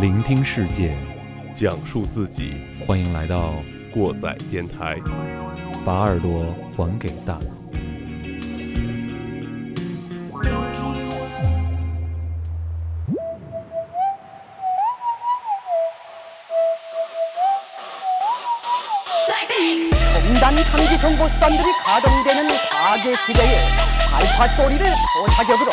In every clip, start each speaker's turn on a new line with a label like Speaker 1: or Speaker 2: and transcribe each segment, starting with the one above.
Speaker 1: 聆听世界，
Speaker 2: 讲述自己，
Speaker 1: 欢迎来到
Speaker 2: 过载电台。
Speaker 1: 把耳朵还给大脑。
Speaker 3: 공단 탐지 정보 수단들이 가동되는 과계 시대에 발파 소리를 도사격으로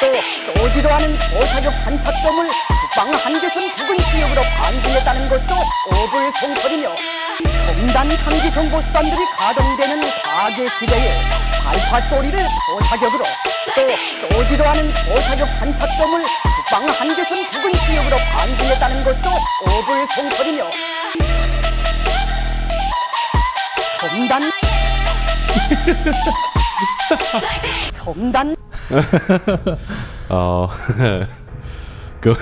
Speaker 3: 또 쏘지도 않은 도사격 장타점을 국방 한계선 부근 지역으로 반등했다는 것도 오불송설이며 공단 탐지 정보 수단들이 가동되는 과계 시대에 발파 소리를 도사격으로 또 쏘지도 않은 도사격 장타점을 국방 한계선 부근 지역으로 반등했다는 것도 오불송설이며 정단 정단
Speaker 2: 哦，各 位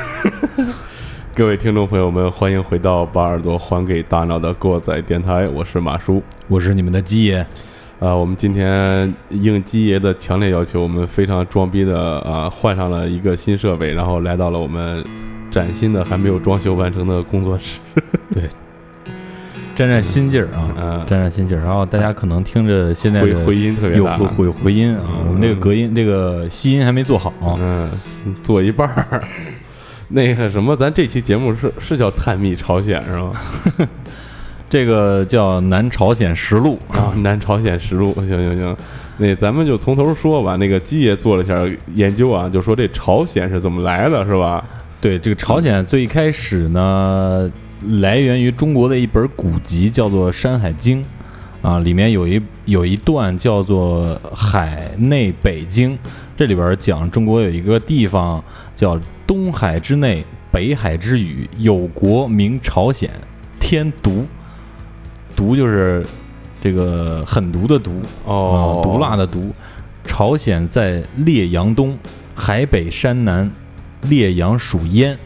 Speaker 2: 各位听众朋友们，欢迎回到把耳朵还给大脑的过载电台，我是马叔。
Speaker 1: 我是你们的鸡爷，
Speaker 2: 啊，我们今天应基爷的强烈要求，我们非常装逼的啊，换上了一个新设备，然后来到了我们崭新的还没有装修完成的工作 室。
Speaker 1: 沾沾新劲儿啊，
Speaker 2: 嗯
Speaker 1: 沾沾新劲儿。然后大家可能听着现在
Speaker 2: 回
Speaker 1: 的
Speaker 2: 回音特别
Speaker 1: 有
Speaker 2: 大
Speaker 1: 回回回音啊，
Speaker 2: 嗯
Speaker 1: 我们这个隔音、这个吸音还没做好啊。
Speaker 2: 嗯，做一半儿。 那个什么，咱这期节目是是叫探秘朝鲜是吗？
Speaker 1: 这个叫南朝鲜实录，
Speaker 2: 啊，南朝鲜实录，行行行，那咱们就从头说吧。那个基爷做了一下研究啊，就说这朝鲜是怎么来的，是吧？
Speaker 1: 对，这个朝鲜最开始呢，来源于中国的一本古籍，叫做《山海经》，啊，里面有一有一段叫做“海内北经”，这里边讲中国有一个地方叫东海之内，北海之宇，有国名朝鲜，天毒，毒就是这个狠毒的毒，
Speaker 2: 哦
Speaker 1: 啊毒辣的毒。朝鲜在列阳东，海北山南，列阳属燕，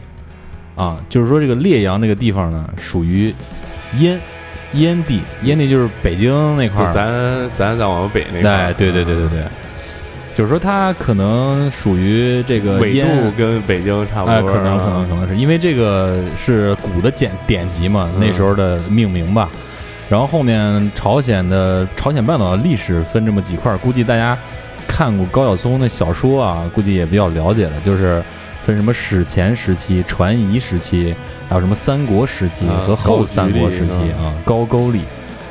Speaker 1: 啊，就是说这个列阳这个地方呢，属于燕燕地，燕地就是北京那块
Speaker 2: 就
Speaker 1: 儿，
Speaker 2: 咱咱再往北那个，
Speaker 1: 哎，对对对对对，就是说它可能属于这个
Speaker 2: 纬
Speaker 1: 燕
Speaker 2: 度跟北京差不多，
Speaker 1: 哎，可能可能可能是因为这个是古的典典籍嘛，
Speaker 2: 嗯
Speaker 1: 那时候的命名吧。然后后面朝鲜的朝鲜半岛的历史分这么几块儿，估计大家看过高晓松的小说啊，估计也比较了解了，就是分什么史前时期、传遗时期，还有什么三国时期
Speaker 2: 啊
Speaker 1: 和后三国时期
Speaker 2: 高句丽
Speaker 1: 啊，高句丽，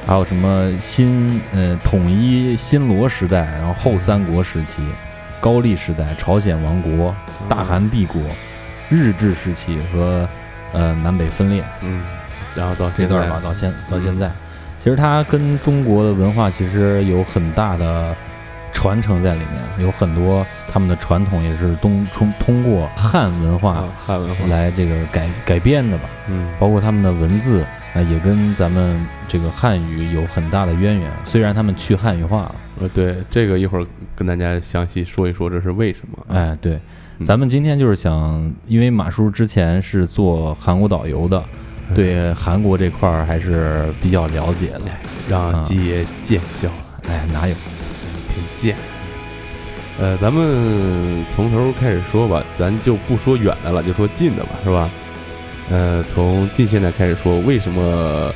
Speaker 1: 还有什么新呃统一新罗时代，然后
Speaker 2: 嗯
Speaker 1: 后三国时期、高丽时代、朝鲜王国、
Speaker 2: 嗯
Speaker 1: 大韩帝国、日治时期和呃南北分裂
Speaker 2: 嗯，然后到
Speaker 1: 这
Speaker 2: 现
Speaker 1: 段
Speaker 2: 在嗯
Speaker 1: 吧，到现到现在，其实它跟中国的文化其实有很大的传承在里面，有很多他们的传统也是东通通过汉文化
Speaker 2: 啊，汉文化，
Speaker 1: 来这个改改变的吧，
Speaker 2: 嗯，
Speaker 1: 包括他们的文字啊、呃也跟咱们这个汉语有很大的渊源，虽然他们去汉语化了。
Speaker 2: 呃，对，这个一会儿跟大家详细说一说这是为什么。
Speaker 1: 哎，对，
Speaker 2: 嗯
Speaker 1: 咱们今天就是想，因为马叔之前是做韩国导游的，
Speaker 2: 嗯
Speaker 1: 对韩国这块儿还是比较了解的。
Speaker 2: 哎
Speaker 1: 嗯
Speaker 2: 让基爷见笑。
Speaker 1: 哎，哪有？
Speaker 2: 挺贱。呃，咱们从头开始说吧，咱就不说远的了，就说近的吧，是吧？呃，从近现代开始说，为什么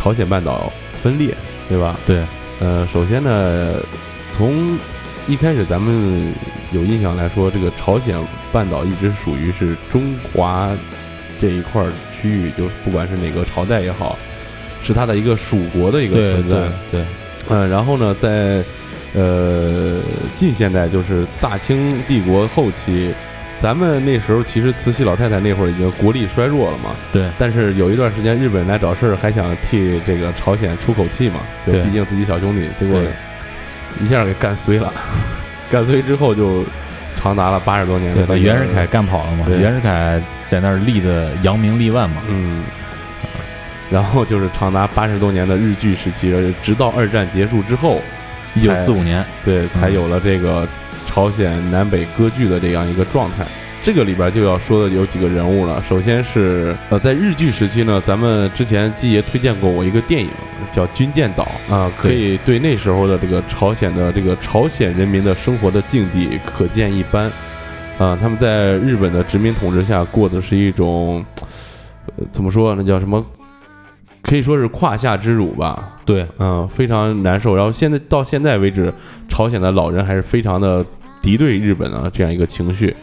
Speaker 2: 朝鲜半岛分裂，对吧？
Speaker 1: 对，
Speaker 2: 呃，首先呢，从一开始咱们有印象来说，这个朝鲜半岛一直属于是中华这一块儿区域，就是不管是哪个朝代也好，是它的一个属国的一个
Speaker 1: 对
Speaker 2: 存在
Speaker 1: 对。对，
Speaker 2: 嗯，然后呢，在呃近现代，就是大清帝国后期，咱们那时候其实慈禧老太太那会儿已经国力衰弱了嘛，
Speaker 1: 对
Speaker 2: 但是有一段时间日本人来找事儿，还想替这个朝鲜出口气嘛，就
Speaker 1: 对
Speaker 2: 毕竟自己小兄弟，结果
Speaker 1: 对
Speaker 2: 一下给干碎了， 干碎之后就长达了八十多年
Speaker 1: 对，
Speaker 2: 的
Speaker 1: 把袁世凯，干跑了嘛？
Speaker 2: 对
Speaker 1: 袁世凯在那儿立的扬名立万嘛？
Speaker 2: 嗯。然后就是长达八十多年的日据时期，而直到二战结束之后，
Speaker 1: 一九四五年，
Speaker 2: 对，才有了这个朝鲜南北割据的这样一个状态。这个里边就要说的有几个人物了。首先是呃，在日剧时期呢，咱们之前季爷推荐过我一个电影叫《军舰岛》啊、可以对那时候的这个朝鲜的这个朝鲜人民的生活的境地可见一斑。啊、他们在日本的殖民统治下过的是一种，呃，怎么说？那叫什么？可以说是胯下之辱吧。
Speaker 1: 对，
Speaker 2: 嗯，非常难受。然后现在到现在为止，朝鲜的老人还是非常的敌对日本啊这样一个情绪。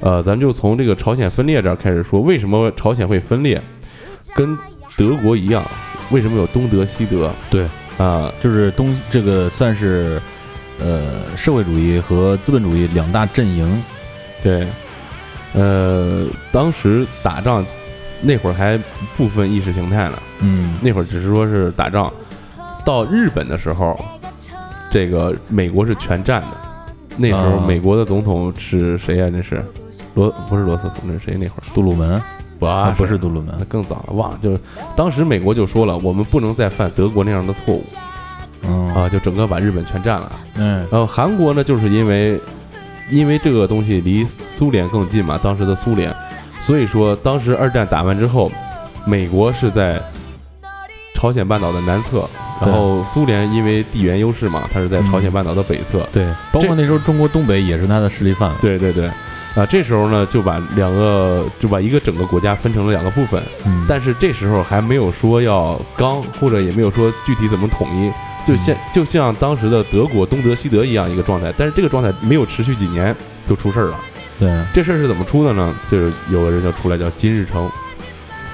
Speaker 2: 呃，咱们就从这个朝鲜分裂这儿开始说，为什么朝鲜会分裂？跟德国一样，为什么有东德西德？
Speaker 1: 对
Speaker 2: 啊、
Speaker 1: 就是东这个算是呃社会主义和资本主义两大阵营，
Speaker 2: 对，呃，当时打仗那会儿还不分意识形态呢，
Speaker 1: 嗯，
Speaker 2: 那会儿只是说是打仗。到日本的时候，这个美国是全占的。那时候
Speaker 1: 啊
Speaker 2: 美国的总统是谁呀、那是罗不是罗斯福，那是谁？那会儿
Speaker 1: 杜鲁门
Speaker 2: 不
Speaker 1: 啊，不
Speaker 2: 是
Speaker 1: 是杜鲁
Speaker 2: 那
Speaker 1: 门，
Speaker 2: 更早了，忘了。就是当时美国就说了，我们不能再犯德国那样的错误
Speaker 1: 嗯
Speaker 2: 啊，就整个把日本全占了。
Speaker 1: 嗯
Speaker 2: 然后呃韩国呢，就是因为因为这个东西离苏联更近嘛，当时的苏联，所以说当时二战打完之后，美国是在朝鲜半岛的南侧，然后苏联因为地缘优势嘛，它是在朝鲜半岛的北侧。
Speaker 1: 对，包括那时候中国东北也是他的势力范围，
Speaker 2: 对对对，啊，这时候呢就把两个就把一个整个国家分成了两个部分，
Speaker 1: 嗯，
Speaker 2: 但是这时候还没有说要刚，或者也没有说具体怎么统一，就像就像当时的德国东德西德一样一个状态，但是这个状态没有持续几年就出事儿了。
Speaker 1: 对，
Speaker 2: 这事儿是怎么出的呢？就是有个人就出来叫金日成，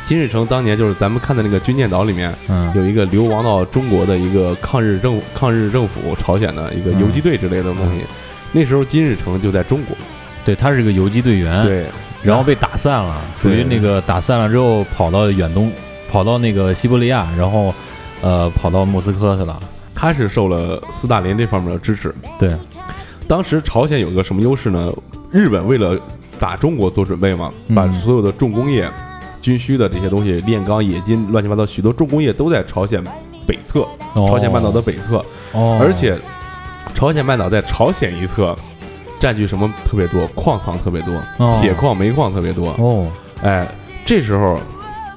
Speaker 2: 金日成当年就是咱们看的那个《军舰岛》里面
Speaker 1: 嗯
Speaker 2: 有一个流亡到中国的一个抗日政抗日政府朝鲜的一个游击队之类的东西，那时候金日成就在中国，
Speaker 1: 对，他是个游击队员，
Speaker 2: 对
Speaker 1: 然后被打散了，属于那个打散了之后跑到远东，跑到那个西伯利亚，然后呃跑到莫斯科去了，
Speaker 2: 他是受了斯大林这方面的支持。
Speaker 1: 对，
Speaker 2: 当时朝鲜有一个什么优势呢？日本为了打中国做准备嘛，
Speaker 1: 嗯
Speaker 2: 把所有的重工业、军需的这些东西，炼钢、冶金、乱七八糟，许多重工业都在朝鲜北侧，
Speaker 1: 哦
Speaker 2: 朝鲜半岛的北侧，
Speaker 1: 哦，
Speaker 2: 而且朝鲜半岛在朝鲜一侧占据什么特别多，矿藏特别多，
Speaker 1: 哦
Speaker 2: 铁矿、煤矿特别多。
Speaker 1: 哦，
Speaker 2: 哎，这时候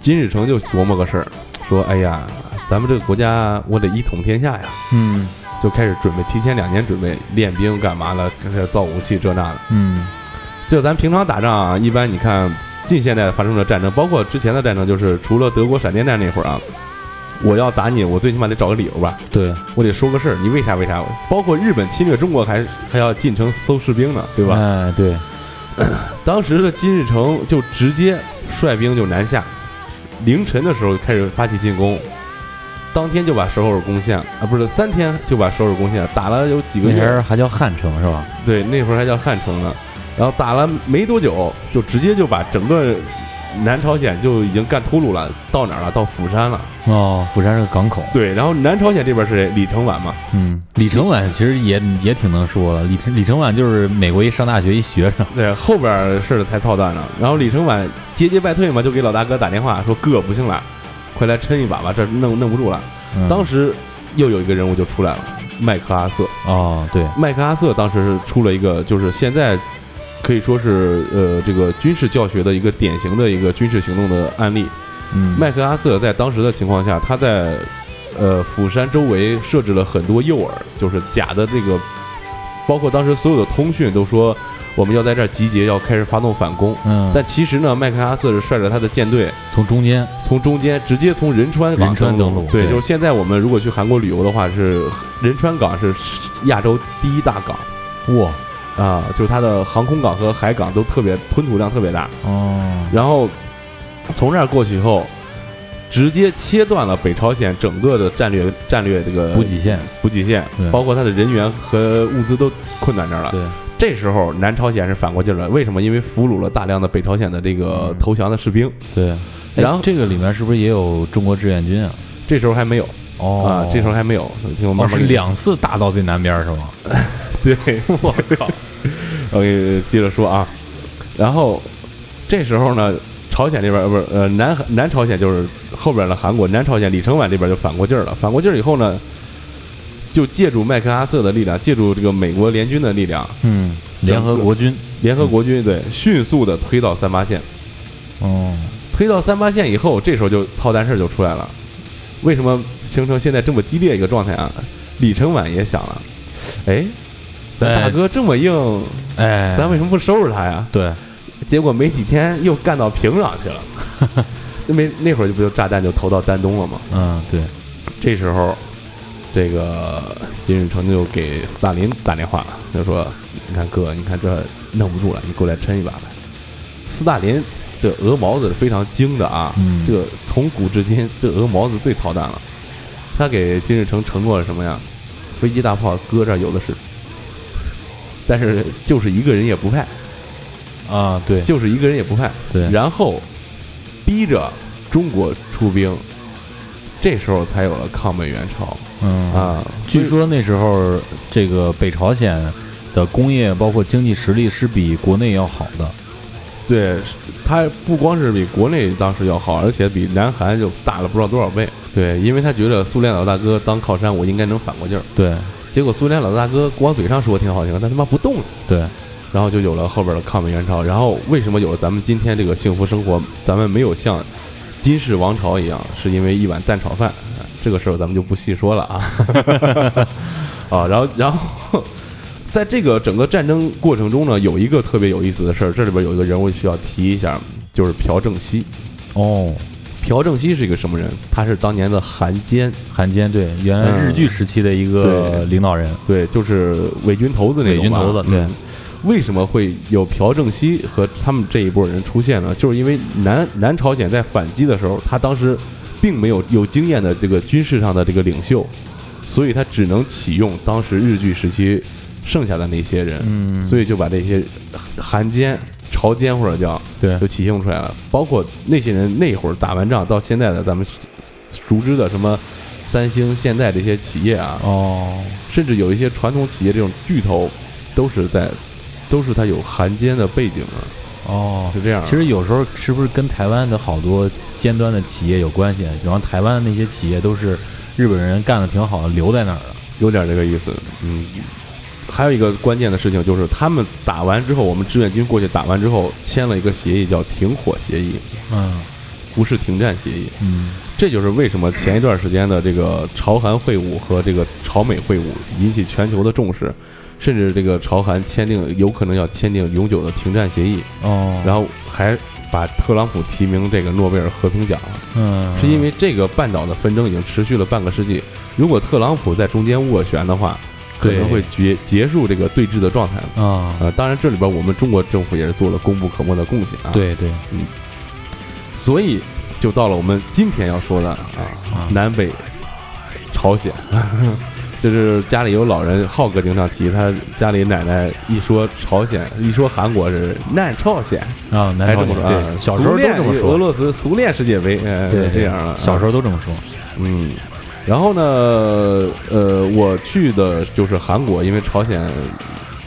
Speaker 2: 金日成就琢磨个事儿，说：“哎呀，咱们这个国家，我得一统天下呀。”
Speaker 1: 嗯
Speaker 2: 就开始准备，提前两年准备练兵干嘛了，开始造武器这那的。
Speaker 1: 嗯
Speaker 2: 就咱平常打仗啊，一般你看近现代发生的战争，包括之前的战争，就是除了德国闪电战那会儿啊，我要打你，我最起码得找个理由吧，
Speaker 1: 对，
Speaker 2: 我得说个事儿，你为啥为啥？包括日本侵略中国还还要进城搜士兵呢，对吧？
Speaker 1: 哎对，
Speaker 2: 当时的金日成就直接率兵就南下，凌晨的时候开始发起进攻，当天就把首尔攻陷啊，不是三天就把首尔攻陷，打了有几个
Speaker 1: 那
Speaker 2: 月。
Speaker 1: 人还叫汉城是吧？
Speaker 2: 对，那会儿还叫汉城呢。然后打了没多久，就直接就把整个南朝鲜就已经干秃噜了。到哪儿了？到釜山了。
Speaker 1: 哦，釜山是个港口，
Speaker 2: 对，然后南朝鲜这边是谁？李承晚嘛。
Speaker 1: 嗯，李承晚其实也也挺能说的，李承李承晚就是美国一上大学一学生，
Speaker 2: 对，后边儿事儿才操蛋呢。然后李承晚节节败退嘛，就给老大哥打电话说：“哥，不行了，快来抻一把吧，这弄弄不住了。”
Speaker 1: 嗯
Speaker 2: 当时又有一个人物就出来了，麦克阿瑟。
Speaker 1: 哦对，
Speaker 2: 麦克阿瑟当时是出了一个，就是现在可以说是呃这个军事教学的一个典型的一个军事行动的案例。
Speaker 1: 嗯，
Speaker 2: 麦克阿瑟在当时的情况下，他在呃釜山周围设置了很多诱饵，就是假的这个，包括当时所有的通讯都说我们要在这儿集结，要开始发动反攻。
Speaker 1: 嗯，
Speaker 2: 但其实呢，麦克阿瑟是率着他的舰队
Speaker 1: 从中间
Speaker 2: 从中间直接从仁川港
Speaker 1: 仁川登陆
Speaker 2: 对，
Speaker 1: 对
Speaker 2: 就是现在我们如果去韩国旅游的话，是仁川港是亚洲第一大港
Speaker 1: 哇
Speaker 2: 啊、就是它的航空港和海港都特别吞吐量特别大。
Speaker 1: 哦，
Speaker 2: 然后从这儿过去以后，直接切断了北朝鲜整个的战略战略这个
Speaker 1: 补给线，
Speaker 2: 补给线
Speaker 1: 对，
Speaker 2: 包括它的人员和物资都困在这儿了。
Speaker 1: 啊对，
Speaker 2: 这时候南朝鲜是反过劲儿了，为什么？因为俘虏了大量的北朝鲜的这个
Speaker 1: 嗯
Speaker 2: 投降的士兵，
Speaker 1: 对，哎
Speaker 2: 然后
Speaker 1: 这个里面是不是也有中国志愿军啊？
Speaker 2: 这时候还没有
Speaker 1: 哦
Speaker 2: 啊，这时候还没有。听我慢
Speaker 1: 哦
Speaker 2: 慢
Speaker 1: 是
Speaker 2: 给你
Speaker 1: 两次打到最南边是吗？
Speaker 2: 对，我靠！ 我给你接着说啊，然后这时候呢，朝鲜这边呃不是呃南韩南朝鲜就是后边的韩国，南朝鲜李承晚这边就反过劲儿了，反过劲儿以后呢，就借助麦克阿瑟的力量，借助这个美国联军的力量，
Speaker 1: 嗯，联合国军，
Speaker 2: 联合国军对迅速的推到三八线。
Speaker 1: 哦，
Speaker 2: 推到三八线以后，这时候就操蛋事儿就出来了。为什么形成现在这么激烈一个状态啊？李承晚也想了，哎，咱大哥这么硬，
Speaker 1: 哎，
Speaker 2: 咱为什么不收拾他呀？
Speaker 1: 对，
Speaker 2: 结果没几天又干到平壤去了。 那没那会儿就不就炸弹就投到丹东了吗？
Speaker 1: 嗯，对，
Speaker 2: 这时候，这个金日成就给斯大林打电话了，就说：“你看哥，你看这弄不住了，你过来抻一把呗。”斯大林这鹅毛子是非常精的啊，
Speaker 1: 嗯
Speaker 2: 这个从古至今，这鹅毛子最操蛋了。他给金日成承诺了什么呀？飞机大炮搁这儿有的是，但是就是一个人也不派，
Speaker 1: 啊，对，
Speaker 2: 就是一个人也不派。
Speaker 1: 对
Speaker 2: 然后逼着中国出兵，这时候才有了抗美援朝。
Speaker 1: 嗯，
Speaker 2: 啊，
Speaker 1: 据
Speaker 2: 所以
Speaker 1: 说那时候这个北朝鲜的工业包括经济实力是比国内要好的，
Speaker 2: 对它不光是比国内当时要好，而且比南韩就大了不知道多少倍。对，因为他觉得苏联老大哥当靠山，我应该能反过劲儿。
Speaker 1: 对
Speaker 2: 结果苏联老大哥光嘴上说挺好听，但他妈不动了。
Speaker 1: 对，
Speaker 2: 然后就有了后边的抗美援朝。然后为什么有了咱们今天这个幸福生活？咱们没有像金氏王朝一样，是因为一碗蛋炒饭。啊这个事儿咱们就不细说了啊。啊，然后然后在这个整个战争过程中呢，有一个特别有意思的事儿，这里边有一个人物需要提一下，就是朴正熙。
Speaker 1: 哦，
Speaker 2: 朴正熙是一个什么人？他是当年的汉奸，
Speaker 1: 汉奸对，原来日据时期的一个
Speaker 2: 对
Speaker 1: 领导人，
Speaker 2: 对，就是伪军头子那种
Speaker 1: 伪军头子
Speaker 2: 吧
Speaker 1: 对
Speaker 2: 嗯为什么会有朴正熙和他们这一波人出现呢？就是因为南南朝鲜在反击的时候，他当时并没有有经验的这个军事上的这个领袖，所以他只能启用当时日据时期剩下的那些人，
Speaker 1: 嗯
Speaker 2: 所以就把这些汉奸、朝奸或者叫
Speaker 1: 对
Speaker 2: 就启用出来了。包括那些人那会儿打完仗到现在的咱们熟知的什么三星、现代这些企业啊，
Speaker 1: 哦，
Speaker 2: 甚至有一些传统企业这种巨头，都是在，都是它有汉奸的背景的，
Speaker 1: 哦
Speaker 2: 是这样的。啊
Speaker 1: 其实有时候是不是跟台湾的好多尖端的企业有关系？比方台湾的那些企业都是日本人干的挺好的，留在那儿了。
Speaker 2: 有点这个意思，嗯。还有一个关键的事情就是，他们打完之后，我们志愿军过去打完之后，签了一个协议，叫停火协议，
Speaker 1: 嗯
Speaker 2: 不是停战协议。
Speaker 1: 嗯
Speaker 2: 这就是为什么前一段时间的这个朝韩会晤和这个朝美会晤引起全球的重视，甚至这个朝韩签订有可能要签订永久的停战协议，
Speaker 1: 哦，
Speaker 2: 然后还把特朗普提名这个诺贝尔和平奖了。
Speaker 1: 嗯，
Speaker 2: 是因为这个半岛的纷争已经持续了半个世纪。如果特朗普在中间斡旋的话，可能
Speaker 1: 对
Speaker 2: 会结结束这个对峙的状态。
Speaker 1: 啊，
Speaker 2: 呃，当然这里边我们中国政府也是做了功不可没的贡献啊。，
Speaker 1: 对对，
Speaker 2: 所以就到了我们今天要说的啊
Speaker 1: 啊，
Speaker 2: 南北朝鲜。 就是家里有老人，浩哥经常提，他家里奶奶一说朝鲜，一说韩国是南朝鲜，
Speaker 1: 啊，南
Speaker 2: 还
Speaker 1: 朝
Speaker 2: 这么
Speaker 1: 鲜
Speaker 2: 说啊
Speaker 1: 对，小时候
Speaker 2: 熟
Speaker 1: 都
Speaker 2: 练
Speaker 1: 这么
Speaker 2: 俄
Speaker 1: 说，
Speaker 2: 罗斯熟练世界杯，呃，
Speaker 1: 对
Speaker 2: 这样啊，
Speaker 1: 对小时候都这么说。
Speaker 2: 嗯，然后呢，呃，我去的就是韩国，因为朝鲜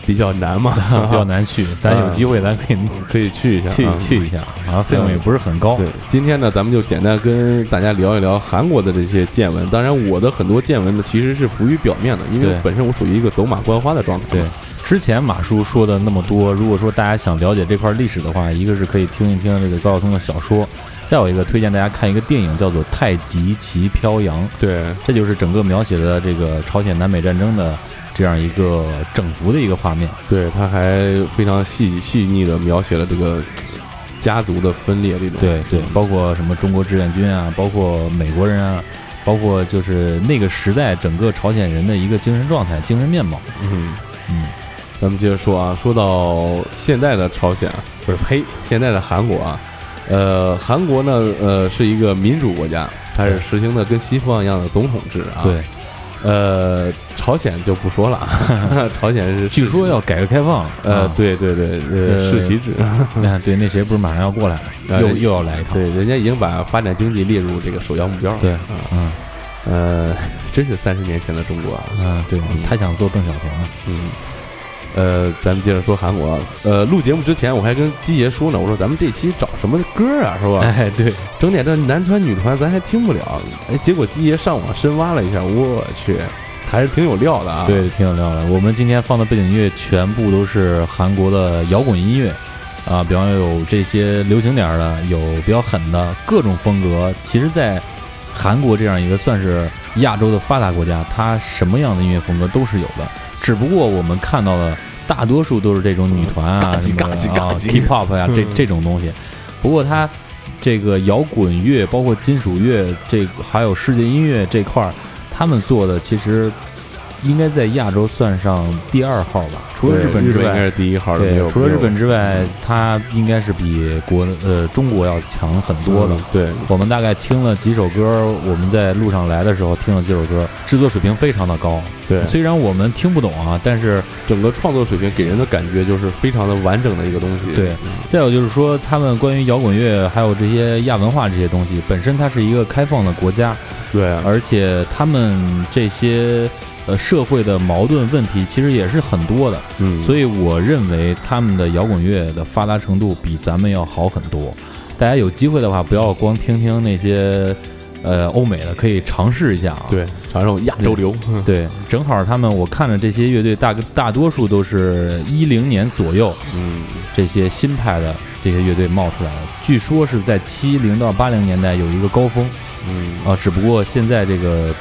Speaker 2: 比较难嘛，
Speaker 1: 比 较难去，咱有机会咱可以
Speaker 2: 可以去一下啊，
Speaker 1: 嗯去去一下，好像费用也不是很高。
Speaker 2: 对，今天呢，咱们就简单跟大家聊一聊韩国的这些见闻。当然，我的很多见闻呢，其实是浮于表面的，因为
Speaker 1: 对
Speaker 2: 本身我属于一个走马观花的状态。
Speaker 1: 对，之前马叔说的那么多，如果说大家想了解这块历史的话，一个是可以听一听这个高晓松的小说，再有一个推荐大家看一个电影叫做《太极旗飘扬》，
Speaker 2: 对，
Speaker 1: 这就是整个描写的这个朝鲜南北战争的这样一个整幅的一个画面。
Speaker 2: 对，他还非常细细腻的描写了这个家族的分裂这种。
Speaker 1: 对对，包括什么中国志愿军啊，包括美国人啊，包括就是那个时代整个朝鲜人的一个精神状态、精神面貌。
Speaker 2: 嗯。
Speaker 1: 嗯，
Speaker 2: 咱们接着说啊，说到现在的朝鲜，不是呸，现在的韩国啊，呃，韩国呢，呃，是一个民主国家，它是实行的跟西方一样的总统制啊。，
Speaker 1: 对，
Speaker 2: 呃，朝鲜就不说了，啊，朝鲜是
Speaker 1: 据说要改革开放了，
Speaker 2: 呃，
Speaker 1: 啊
Speaker 2: 对对对，呃，
Speaker 1: 呃
Speaker 2: 世袭制，
Speaker 1: 你看，对，那谁不是马上要过来
Speaker 2: 啊
Speaker 1: 了，又
Speaker 2: 这
Speaker 1: 又要来一趟。
Speaker 2: 对，人家已经把发展经济列入这个首要目标了。
Speaker 1: 对
Speaker 2: 啊，
Speaker 1: 嗯
Speaker 2: 呃，真是三十年前的中国啊。
Speaker 1: 嗯，对，他想做邓小平啊。
Speaker 2: 嗯，呃，咱们接着说韩国。啊，呃，录节目之前我还跟鸡爷说呢，我说咱们这期找什么歌啊，是吧？
Speaker 1: 哎，对，
Speaker 2: 整点这男团女团咱还听不了。哎，结果鸡爷上网深挖了一下，我去，还是挺有料的啊。
Speaker 1: 对，挺有料的。我们今天放的背景音乐全部都是韩国的摇滚音乐，啊，比方有这些流行点儿的，有比较狠的，各种风格。其实，在韩国这样一个算是亚洲的发达国家，它什么样的音乐风格都是有的，只不过我们看到的大多数都是这种女团 啊、
Speaker 2: 嗯
Speaker 1: 什么
Speaker 2: 嘎叽嘎叽嘎
Speaker 1: 啊、
Speaker 2: 叽
Speaker 1: K-pop 呀、这
Speaker 2: 嗯
Speaker 1: 这种东西。不过它这个摇滚乐，包括金属乐，这还有世界音乐这块儿，他们做的其实应该在亚洲算上第二号吧，除了
Speaker 2: 对
Speaker 1: 日本
Speaker 2: 日
Speaker 1: 之
Speaker 2: 本应该
Speaker 1: 外。
Speaker 2: 是第一号的，没有
Speaker 1: 对，除了
Speaker 2: 没
Speaker 1: 日
Speaker 2: 有
Speaker 1: 本之外，它应该是比国呃中国要强很多的。
Speaker 2: 嗯对，
Speaker 1: 我们大概听了几首歌，我们在路上来的时候听了几首歌，制作水平非常的高。
Speaker 2: 对
Speaker 1: 虽然我们听不懂啊，但是
Speaker 2: 整个创作水平给人的感觉就是非常的完整的一个东西。
Speaker 1: 对
Speaker 2: 嗯
Speaker 1: 再有就是说，他们关于摇滚乐还有这些亚文化这些东西，本身它是一个开放的国家，
Speaker 2: 对啊，
Speaker 1: 而且他们这些呃社会的矛盾问题其实也是很多的，
Speaker 2: 嗯，
Speaker 1: 所
Speaker 2: 以
Speaker 1: 以我认为他们的摇滚乐的发达程度比咱们要好很多。大家有机会的话，不要光听听那些呃欧美的，可以尝试一下啊。
Speaker 2: 对，尝尝亚洲流，嗯
Speaker 1: 对，正好他们我看了这些乐队大大多数都是一零年左右
Speaker 2: 嗯，
Speaker 1: 这些新派的这些乐队冒出来的，据说是在七零到八零年代有一个高峰
Speaker 2: 嗯
Speaker 1: 啊，只不过现在这个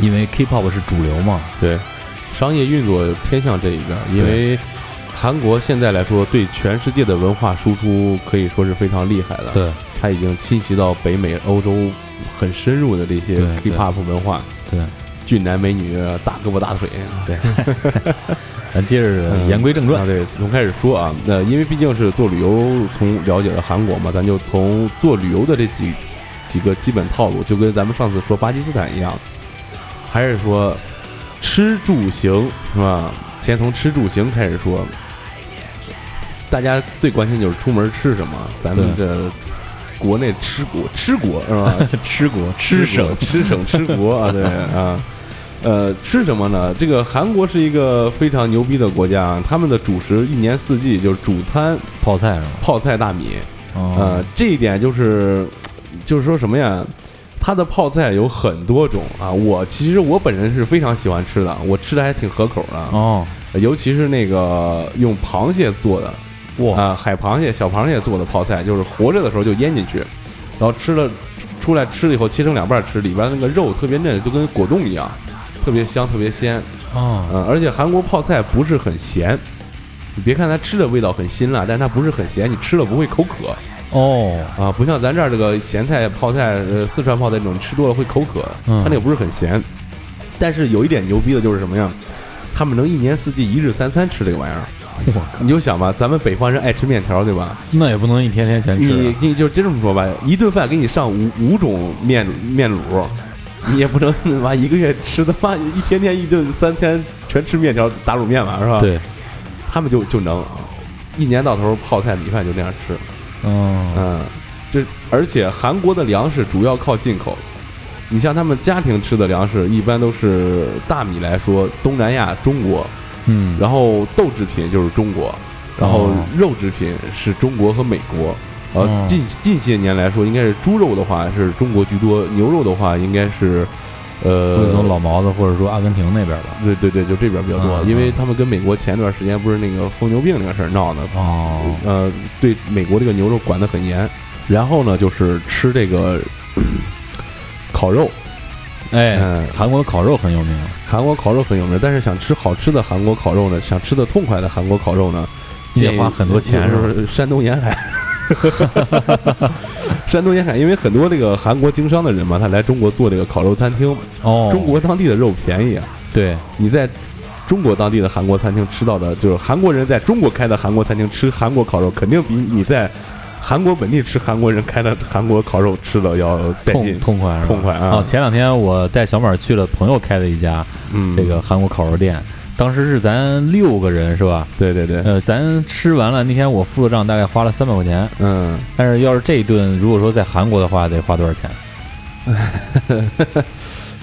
Speaker 1: 因为 K-pop 是主流嘛，
Speaker 2: 对，商业运作偏向这一边儿，因为韩国现在来说对全世界的文化输出可以说是非常厉害的，，
Speaker 1: 对
Speaker 2: 它已经侵袭到北美、欧洲很深入的这
Speaker 1: 对
Speaker 2: 些
Speaker 1: 对
Speaker 2: K-pop 文化，
Speaker 1: 对，
Speaker 2: 俊男美女、大胳膊大腿。
Speaker 1: 咱接着言归正传
Speaker 2: 啊，，对，从开始说啊，那因为毕竟是做旅游，从了解了韩国嘛，咱就从做旅游的这几几个基本套路，就跟咱们上次说巴基斯坦一样，还是说吃住行是吧？先从吃住行开始说，大家最关心就是出门吃什么，咱们这国内吃国吃国是吧？
Speaker 1: 吃国
Speaker 2: 吃省吃省吃 国啊，对啊。呃，吃什么呢？这个韩国是一个非常牛逼的国家，啊他们的主食一年四季就是主餐
Speaker 1: 泡菜是吗？
Speaker 2: 泡菜大米。呃
Speaker 1: 哦，，
Speaker 2: 这一点就是，就是说什么呀？它的泡菜有很多种啊。我其实我本人是非常喜欢吃的，我吃的还挺合口的，
Speaker 1: 哦，
Speaker 2: 尤其是那个用螃蟹做的，
Speaker 1: 哇，
Speaker 2: 啊、海螃蟹、小螃蟹做的泡菜，就是活着的时候就腌进去，然后吃了出来吃了以后切成两半儿吃，里边那个肉特别嫩，就跟果冻一样，特别香，特别鲜。
Speaker 1: 哦，
Speaker 2: 嗯，而且韩国泡菜不是很咸，你别看它吃的味道很辛辣，但它不是很咸，你吃了不会口渴
Speaker 1: 哦，
Speaker 2: 啊，不像咱这儿这个咸菜泡菜，呃，四川泡菜这种吃多了会口渴，
Speaker 1: 嗯
Speaker 2: 它那个不是很咸。但是有一点牛逼的就是什么呀？他们能一年四季一日三餐吃这个玩意儿，
Speaker 1: 我靠，
Speaker 2: 你就想吧，咱们北方人爱吃面条，对吧？
Speaker 1: 那也不能一天天全吃
Speaker 2: 你
Speaker 1: 啊，
Speaker 2: 你就这么说吧，一顿饭给你上五五种面面卤，你也不能 妈一个月吃他妈一天天一顿三天全吃面条打卤面吧，是吧？，
Speaker 1: 对，
Speaker 2: 他们就就能，一年到头泡菜米饭就那样吃，
Speaker 1: 嗯，
Speaker 2: 嗯，这而且韩国的粮食主要靠进口，你像他们家庭吃的粮食一般都是大米来说，东南亚中国，
Speaker 1: 嗯，
Speaker 2: 然后豆制品就是中国，然后
Speaker 1: 哦
Speaker 2: 肉制品是中国和美国。
Speaker 1: 哦
Speaker 2: 呃，近近些年来说，应该是猪肉的话是中国居多，牛肉的话应该是，
Speaker 1: 会
Speaker 2: 呃，
Speaker 1: 从老毛子或者说阿根廷那边吧，
Speaker 2: 对对对，就这边比较多，
Speaker 1: 嗯
Speaker 2: 因为他们跟美国前段时间不是那个疯牛病那个事儿闹的，
Speaker 1: 哦，
Speaker 2: 呃，对美国这个牛肉管得很严。然后呢，就是吃这个 咳烤肉，
Speaker 1: 哎
Speaker 2: 嗯，
Speaker 1: 韩国的烤肉很有名，
Speaker 2: 韩国烤肉很有名，但是想吃好吃的韩国烤肉呢，想吃的痛快的韩国烤肉呢，
Speaker 1: 你得
Speaker 2: 建议
Speaker 1: 花很多钱是吧
Speaker 2: 就是山东沿海。 山东沿海，因为很多这个韩国经商的人嘛，他来中国做这个烤肉餐厅，
Speaker 1: 哦，
Speaker 2: 中国当地的肉便宜啊。
Speaker 1: 对，
Speaker 2: 你在中国当地的韩国餐厅吃到的，就是韩国人在中国开的韩国餐厅吃韩国烤肉，肯定比你在韩国本地吃韩国人开的韩国烤肉吃的要带
Speaker 1: 痛
Speaker 2: 劲。
Speaker 1: 痛快是吧
Speaker 2: 痛快啊
Speaker 1: 哦前两天我带小马去了朋友开的一家
Speaker 2: 嗯，
Speaker 1: 这个韩国烤肉店，当时是咱六个人是吧？
Speaker 2: 对对对，
Speaker 1: 呃，咱吃完了那天我付了账，大概花了三百块钱。
Speaker 2: 嗯，
Speaker 1: 但是要是这一顿，如果说在韩国的话，得花多少钱？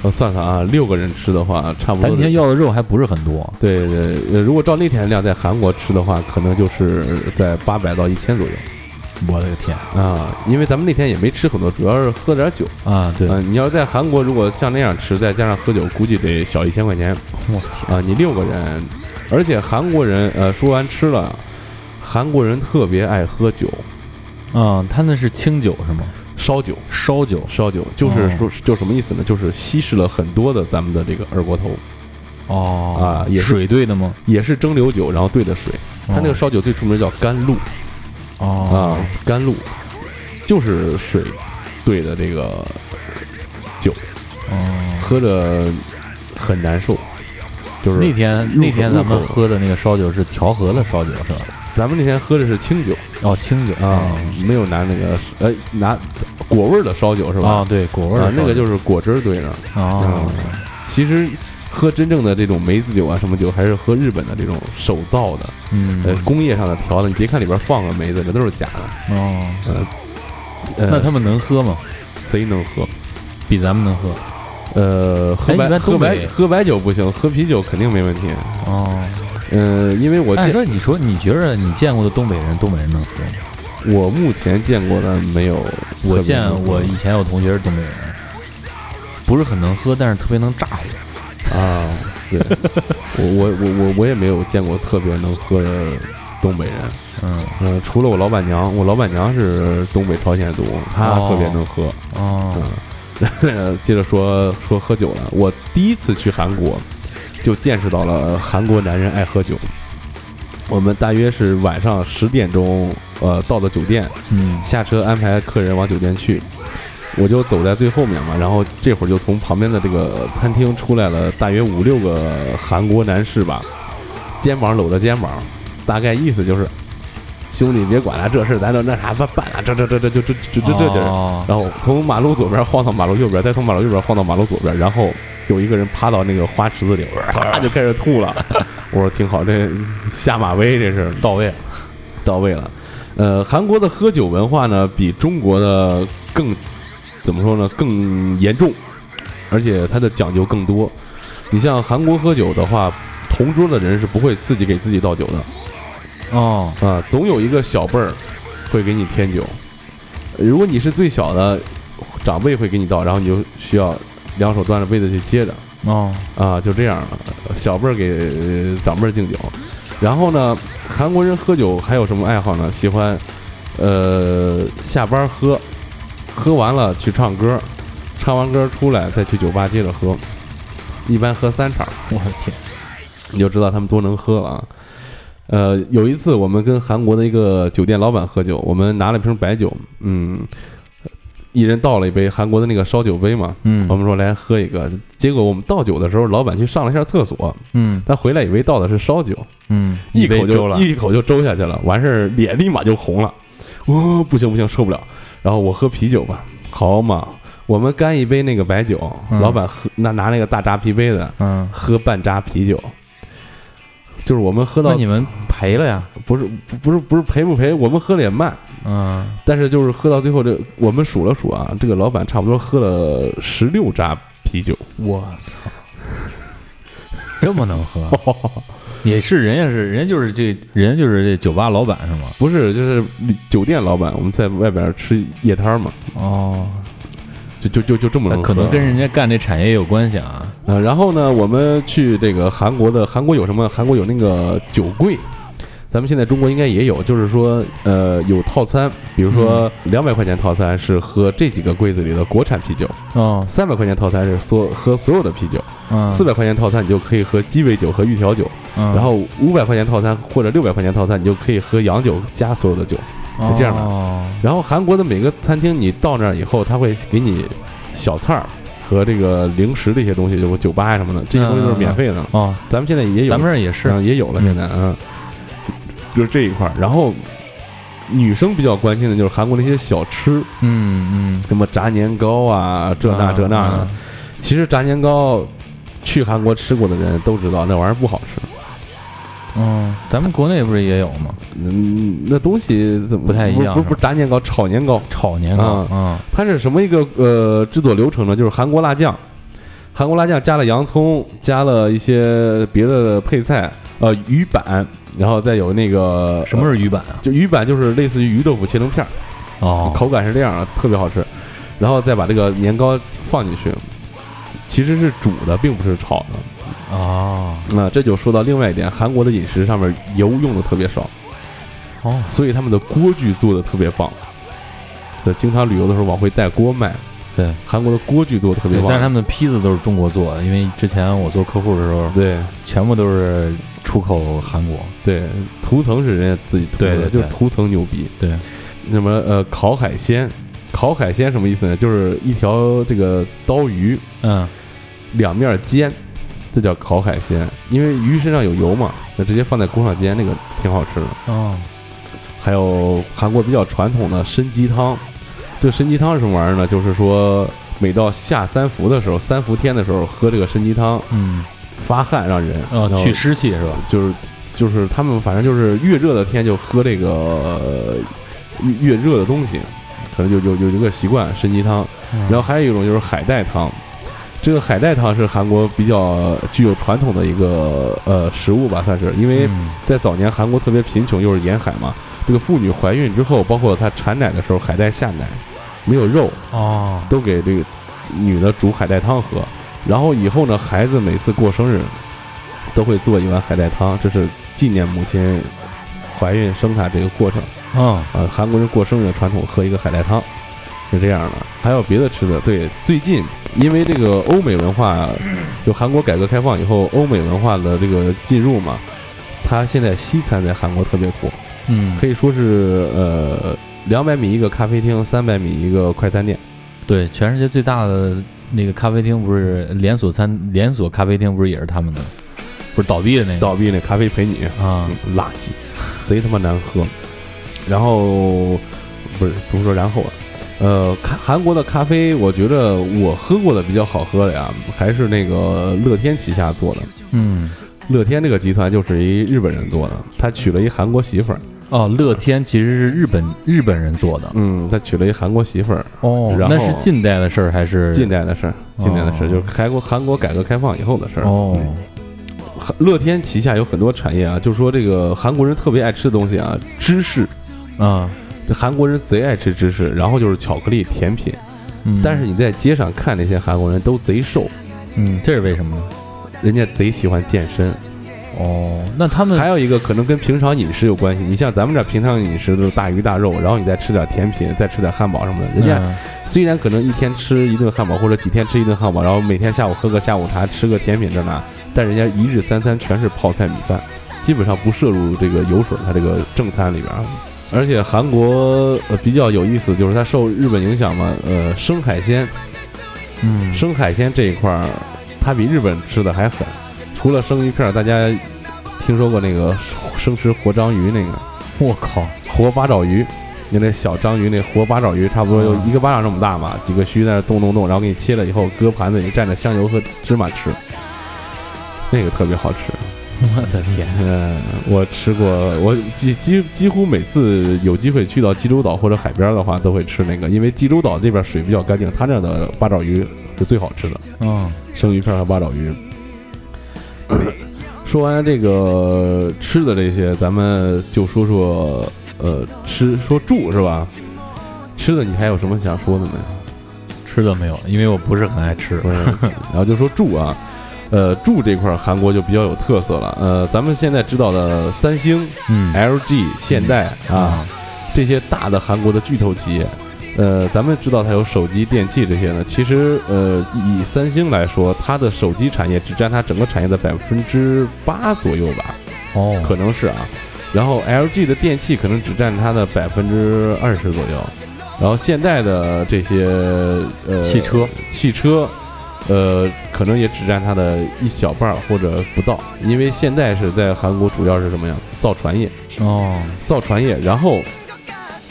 Speaker 2: 我算算啊，六个人吃的话，差不
Speaker 1: 咱
Speaker 2: 多
Speaker 1: 那。天要的肉还不是很多，
Speaker 2: 对对，呃如果照那天量在韩国吃的话，可能就是在八百到一千左右。
Speaker 1: 我的个天
Speaker 2: 啊，因为咱们那天也没吃很多，主要是喝点酒。
Speaker 1: 啊！对，
Speaker 2: 嗯、你要在韩国如果像那样吃，再加上喝酒，估计得小一千块钱。
Speaker 1: 我天，
Speaker 2: 啊，你六个人，而且韩国人，呃，说完吃了，韩国人特别爱喝酒，嗯
Speaker 1: 啊，他那是清酒是吗？
Speaker 2: 烧酒，
Speaker 1: 烧酒
Speaker 2: 烧酒，就是
Speaker 1: 哦
Speaker 2: 说，就什么意思呢？就是稀释了很多的咱们的这个二锅头，
Speaker 1: 哦
Speaker 2: 啊也是
Speaker 1: 水兑的吗？
Speaker 2: 也是蒸馏酒，然后兑的水。它那个
Speaker 1: 哦
Speaker 2: 烧酒最出名叫甘露啊
Speaker 1: 哦，
Speaker 2: 甘露就是水兑的这个酒，
Speaker 1: 哦
Speaker 2: 喝着很难受。就是
Speaker 1: 那天
Speaker 2: 入口
Speaker 1: 那天咱
Speaker 2: 入
Speaker 1: 们
Speaker 2: 口
Speaker 1: 喝的那个烧酒是调和的烧酒是吧？
Speaker 2: 咱们那天喝的是清酒
Speaker 1: 哦，清酒
Speaker 2: 啊，没有拿那个呃拿果味儿的烧酒是吧？
Speaker 1: 啊，对，果味儿
Speaker 2: 啊
Speaker 1: 的，
Speaker 2: 那个就是是果汁儿兑上。
Speaker 1: 哦
Speaker 2: 其实喝真正的这种梅子酒啊，什么酒，还是喝日本的这种手造的，
Speaker 1: 嗯
Speaker 2: 呃，工业上的调的。你别看里边放个梅子，这都是假的。
Speaker 1: 哦，
Speaker 2: 呃，
Speaker 1: 那
Speaker 2: 呃，
Speaker 1: 他们能喝吗？
Speaker 2: 贼能喝。
Speaker 1: 比咱们能喝
Speaker 2: 呃，
Speaker 1: 哎
Speaker 2: 喝
Speaker 1: 一
Speaker 2: 白
Speaker 1: 般
Speaker 2: 喝
Speaker 1: 东北
Speaker 2: 白喝白酒不行，喝啤酒肯定没问题。
Speaker 1: 哦。
Speaker 2: 呃，因为我
Speaker 1: 按
Speaker 2: 见
Speaker 1: 说你说你觉着你见过的东北人，东北人能喝吗？
Speaker 2: 我目前见过的没有特别能喝，
Speaker 1: 我见我以前有同学是东北人，不是很能喝，但是特别能咋呼。
Speaker 2: 啊，对，我我我我我也没有见过特别能喝的东北人。
Speaker 1: 嗯，
Speaker 2: 嗯、除了我老板娘，我老板娘是东北朝鲜族，她特别能喝。
Speaker 1: 哦，
Speaker 2: 嗯，接着说说喝酒了。我第一次去韩国，就见识到了韩国男人爱喝酒。我们大约是晚上十点钟，呃，到的酒店，
Speaker 1: 嗯，
Speaker 2: 下车安排客人往酒店去，我就走在最后面嘛。然后这会儿就从旁边的这个餐厅出来了，大约五六个韩国男士吧，肩膀搂着肩膀，大概意思就是，兄弟别管了，这事儿咱就那啥办办了，这这这这就这这这这就是。
Speaker 1: 哦
Speaker 2: 然后从马路左边晃到马路右边，再从马路右边晃到马路左边，然后有一个人趴到那个花池子里， 啪就开始吐了。我说挺好，这下马威这是
Speaker 1: 到位了。
Speaker 2: 到位了。呃，韩国的喝酒文化呢，比中国的更怎么说呢？更严重，而且它的讲究更多。你像韩国喝酒的话，同桌的人是不会自己给自己倒酒的
Speaker 1: 哦，
Speaker 2: 啊，总有一个小辈儿会给你添酒。如果你是最小的，长辈会给你倒，然后你就需要两手端着杯子去接着。
Speaker 1: 哦，
Speaker 2: 啊，就这样了，小辈儿给呃长辈儿敬酒。然后呢，韩国人喝酒还有什么爱好呢？喜欢，呃，下班喝，喝完了去唱歌，唱完歌出来再去酒吧接着喝，一般喝三场，
Speaker 1: 我的天，
Speaker 2: 你就知道他们多能喝了啊。呃，有一次我们跟韩国的一个酒店老板喝酒，我们拿了瓶白酒，嗯，一人倒了一杯韩国的那个烧酒杯嘛，
Speaker 1: 嗯
Speaker 2: 我们说来喝一个，结果我们倒酒的时候，老板去上了一下厕所，
Speaker 1: 嗯
Speaker 2: 他回来以为倒的是烧酒，
Speaker 1: 嗯，
Speaker 2: 一
Speaker 1: 杯
Speaker 2: 口
Speaker 1: 粥
Speaker 2: 就
Speaker 1: 了，
Speaker 2: 一口就粥下去了，完事儿脸立马就红了，哦，不行不行，受不了。然后我喝啤酒吧，好嘛，我们干一杯那个白酒，
Speaker 1: 嗯
Speaker 2: 老板喝那拿那个大扎啤杯子
Speaker 1: 嗯，
Speaker 2: 喝半扎啤酒，就是我们喝
Speaker 1: 那
Speaker 2: 到
Speaker 1: 你们赔了呀？
Speaker 2: 不是不不是不是赔不赔，我们喝的也慢，
Speaker 1: 嗯，
Speaker 2: 但是就是喝到最后这我们数了数啊，这个老板差不多喝了十六扎啤酒。
Speaker 1: 我操，这么能 喝，也是人家是人家就是这人家就是这酒吧老板是吗？
Speaker 2: 不是，就是旅酒店老板，我们在外边吃夜摊儿嘛，
Speaker 1: 哦，
Speaker 2: 就就就就这么
Speaker 1: 那
Speaker 2: 能
Speaker 1: 可
Speaker 2: 喝啊
Speaker 1: 能跟人家干这产业有关系啊。
Speaker 2: 呃，然后呢，我们去这个韩国的，韩国有什么？韩国有那个酒柜，咱们现在中国应该也有，就是说，呃，有套餐，比如说
Speaker 1: 嗯
Speaker 2: 两百块钱套餐是喝这几个柜子里的国产啤酒，
Speaker 1: 哦，
Speaker 2: 三百块钱套餐是所喝所有的啤酒，
Speaker 1: 嗯
Speaker 2: 四，百块钱套餐你就可以喝鸡尾酒和玉调酒，
Speaker 1: 嗯
Speaker 2: 然后五百块钱套餐或者六百块钱套餐你就可以喝洋酒加所有的酒。是这样的
Speaker 1: 哦
Speaker 2: 然后韩国的每个餐厅，你到那儿以后，他会给你小菜儿和这个零食这些东西，就是酒吧呀什么的，这些东西都是免费的。
Speaker 1: 哦，
Speaker 2: 咱们现在也啊有，
Speaker 1: 咱们这儿也是
Speaker 2: 嗯也有了，
Speaker 1: 嗯
Speaker 2: 现在嗯，就是这一块儿。然后女生比较关心的就是韩国那些小吃，
Speaker 1: 嗯嗯，
Speaker 2: 什么炸年糕啊，这那
Speaker 1: 啊
Speaker 2: 这那的
Speaker 1: 啊。
Speaker 2: 其实炸年糕，去韩国吃过的人都知道那玩意儿不好吃。
Speaker 1: 嗯，咱们国内不是也有吗？
Speaker 2: 嗯，那东西怎么
Speaker 1: 不太一样
Speaker 2: 不
Speaker 1: 是吧
Speaker 2: 是不是炸年糕，炒年糕。
Speaker 1: 炒年糕，嗯
Speaker 2: 它是什么一个呃制作流程呢？就是韩国辣酱，韩国辣酱加了洋葱，加了一些别的配菜，呃鱼板，然后再有那个呃
Speaker 1: 什么是鱼板啊？
Speaker 2: 就鱼板就是类似于鱼豆腐切成片儿，
Speaker 1: 哦，
Speaker 2: 口感是这样的，特别好吃。然后再把这个年糕放进去，其实是煮的，并不是炒的。
Speaker 1: 哦，
Speaker 2: 那、这就说到另外一点，韩国的饮食上面油用的特别少，
Speaker 1: 哦，
Speaker 2: 所以他们的锅具做的特别棒。对，经常旅游的时候往回带锅卖，
Speaker 1: 对，
Speaker 2: 韩国的锅具做的特别
Speaker 1: 对，
Speaker 2: 棒。
Speaker 1: 但是他们的坯子都是中国做的，因为之前我做客户的时候，
Speaker 2: 对
Speaker 1: 全部都是出口韩国。
Speaker 2: 对涂层是人家自己涂
Speaker 1: 对
Speaker 2: 的，
Speaker 1: 对对
Speaker 2: 就是涂层牛逼。
Speaker 1: 对，
Speaker 2: 什么呃烤海鲜，烤海鲜什么意思呢？就是一条这个刀鱼
Speaker 1: 嗯，
Speaker 2: 两面煎，这叫烤海鲜。因为鱼身上有油嘛，那直接放在锅上煎，那个挺好吃的。
Speaker 1: 哦，
Speaker 2: 还有韩国比较传统的参鸡汤，这个参鸡汤是什么玩意儿呢？就是说每到下三伏的时候，三伏天的时候喝这个参鸡汤
Speaker 1: 嗯，
Speaker 2: 发汗让人
Speaker 1: 呃，
Speaker 2: 然后
Speaker 1: 去湿气是吧？
Speaker 2: 就是就是他们反正就是越热的天就喝这个、呃越越热的东西，可能就有有这个习惯参鸡汤。嗯然后还有一种就是海带汤，这个海带汤是韩国比较具有传统的一个呃食物吧，算是，因为
Speaker 1: 嗯
Speaker 2: 在早年韩国特别贫穷，又是沿海嘛，这个妇女怀孕之后，包括她产奶的时候，海带下奶没有肉，
Speaker 1: 哦，
Speaker 2: 都给这个女的煮海带汤喝。然后以后呢，孩子每次过生日都会做一碗海带汤，这是纪念母亲怀孕生她这个过程。
Speaker 1: 嗯，
Speaker 2: 呃，韩国人过生日的传统喝一个海带汤，是这样的。还有别的吃的，对，最近因为这个欧美文化，就韩国改革开放以后，欧美文化的这个进入嘛，它现在西餐在韩国特别火，
Speaker 1: 嗯，
Speaker 2: 可以说是呃两百米一个咖啡厅，三百米一个快餐店。
Speaker 1: 对，全世界最大的那个咖啡厅不是连锁餐连锁咖啡厅不是也是他们的，不是倒闭的那个
Speaker 2: 倒闭那咖啡陪你，
Speaker 1: 啊？
Speaker 2: 嗯垃圾，贼他妈难喝。然后不是不是说然后啊，呃，咖韩国的咖啡，我觉得我喝过的比较好喝的呀，还是那个乐天旗下做的。
Speaker 1: 嗯，
Speaker 2: 乐天这个集团就是一日本人做的，他娶了一韩国媳妇儿，
Speaker 1: 哦，乐天其实是日本日本人做的
Speaker 2: 嗯，他娶了一韩国媳妇儿，
Speaker 1: 哦
Speaker 2: 然后
Speaker 1: 那是近代的事儿还是
Speaker 2: 近代的事儿，近代的事儿，
Speaker 1: 哦
Speaker 2: 就是韩国韩国改革开放以后的事儿。
Speaker 1: 哦
Speaker 2: 嗯韩乐天旗下有很多产业啊，就说这个韩国人特别爱吃的东西啊，芝士，
Speaker 1: 啊？
Speaker 2: 这韩国人贼爱吃芝士，然后就是巧克力甜品。
Speaker 1: 嗯
Speaker 2: 但是你在街上看那些韩国人都贼瘦，
Speaker 1: 嗯，这是为什么呢？
Speaker 2: 人家贼喜欢健身。
Speaker 1: 哦，那他们
Speaker 2: 还有一个可能跟平常饮食有关系，你像咱们这平常饮食都是大鱼大肉，然后你再吃点甜品，再吃点汉堡什么的。人家
Speaker 1: 嗯
Speaker 2: 虽然可能一天吃一顿汉堡或者几天吃一顿汉堡，然后每天下午喝个下午茶，吃个甜品这那，但人家一日三餐全是泡菜米饭，基本上不摄入这个油水，它这个正餐里边儿。而且韩国呃比较有意思，就是它受日本影响嘛，呃，生海鲜
Speaker 1: 嗯
Speaker 2: 生海鲜这一块儿，它比日本吃的还狠。除了生鱼片儿，大家听说过那个生吃活章鱼那个
Speaker 1: 我靠，
Speaker 2: 活八爪鱼，就那小章鱼那活八爪鱼，差不多就
Speaker 1: 啊
Speaker 2: 一个巴掌这么大嘛，几个须在那动动动，然后给你切了以后搁盘子里蘸着香油和芝麻吃，那个特别好吃。
Speaker 1: 我的天，
Speaker 2: 嗯，我吃过，我几几几乎每次有机会去到济州岛或者海边儿的话，都会吃那个，因为济州岛这边水比较干净，它那儿的八爪鱼是最好吃的。
Speaker 1: 嗯
Speaker 2: 生鱼片和八爪鱼。 说完了这个吃的这些，咱们就说说呃吃说住是吧？吃的你还有什么想说的没有？
Speaker 1: 吃的没有，因为我不是很爱吃。
Speaker 2: 不是， 然后就说住啊，呃住这块儿韩国就比较有特色了。呃，咱们现在知道的三星、
Speaker 1: 嗯
Speaker 2: LG、现代啊，这些大的韩国的巨头企业，呃，咱们知道它有手机、电器这些呢。其实，呃，以三星来说，它的手机产业只占它整个产业的百分之八左右吧，
Speaker 1: 哦，
Speaker 2: 可能是啊。然后 LG 的电器可能只占它的百分之二十左右，然后现代的这些呃
Speaker 1: 汽车
Speaker 2: 汽车，呃，可能也只占它的一小半儿或者不到，因为现代是在韩国主要是什么呀？造船业。
Speaker 1: 哦，
Speaker 2: 造船业，然后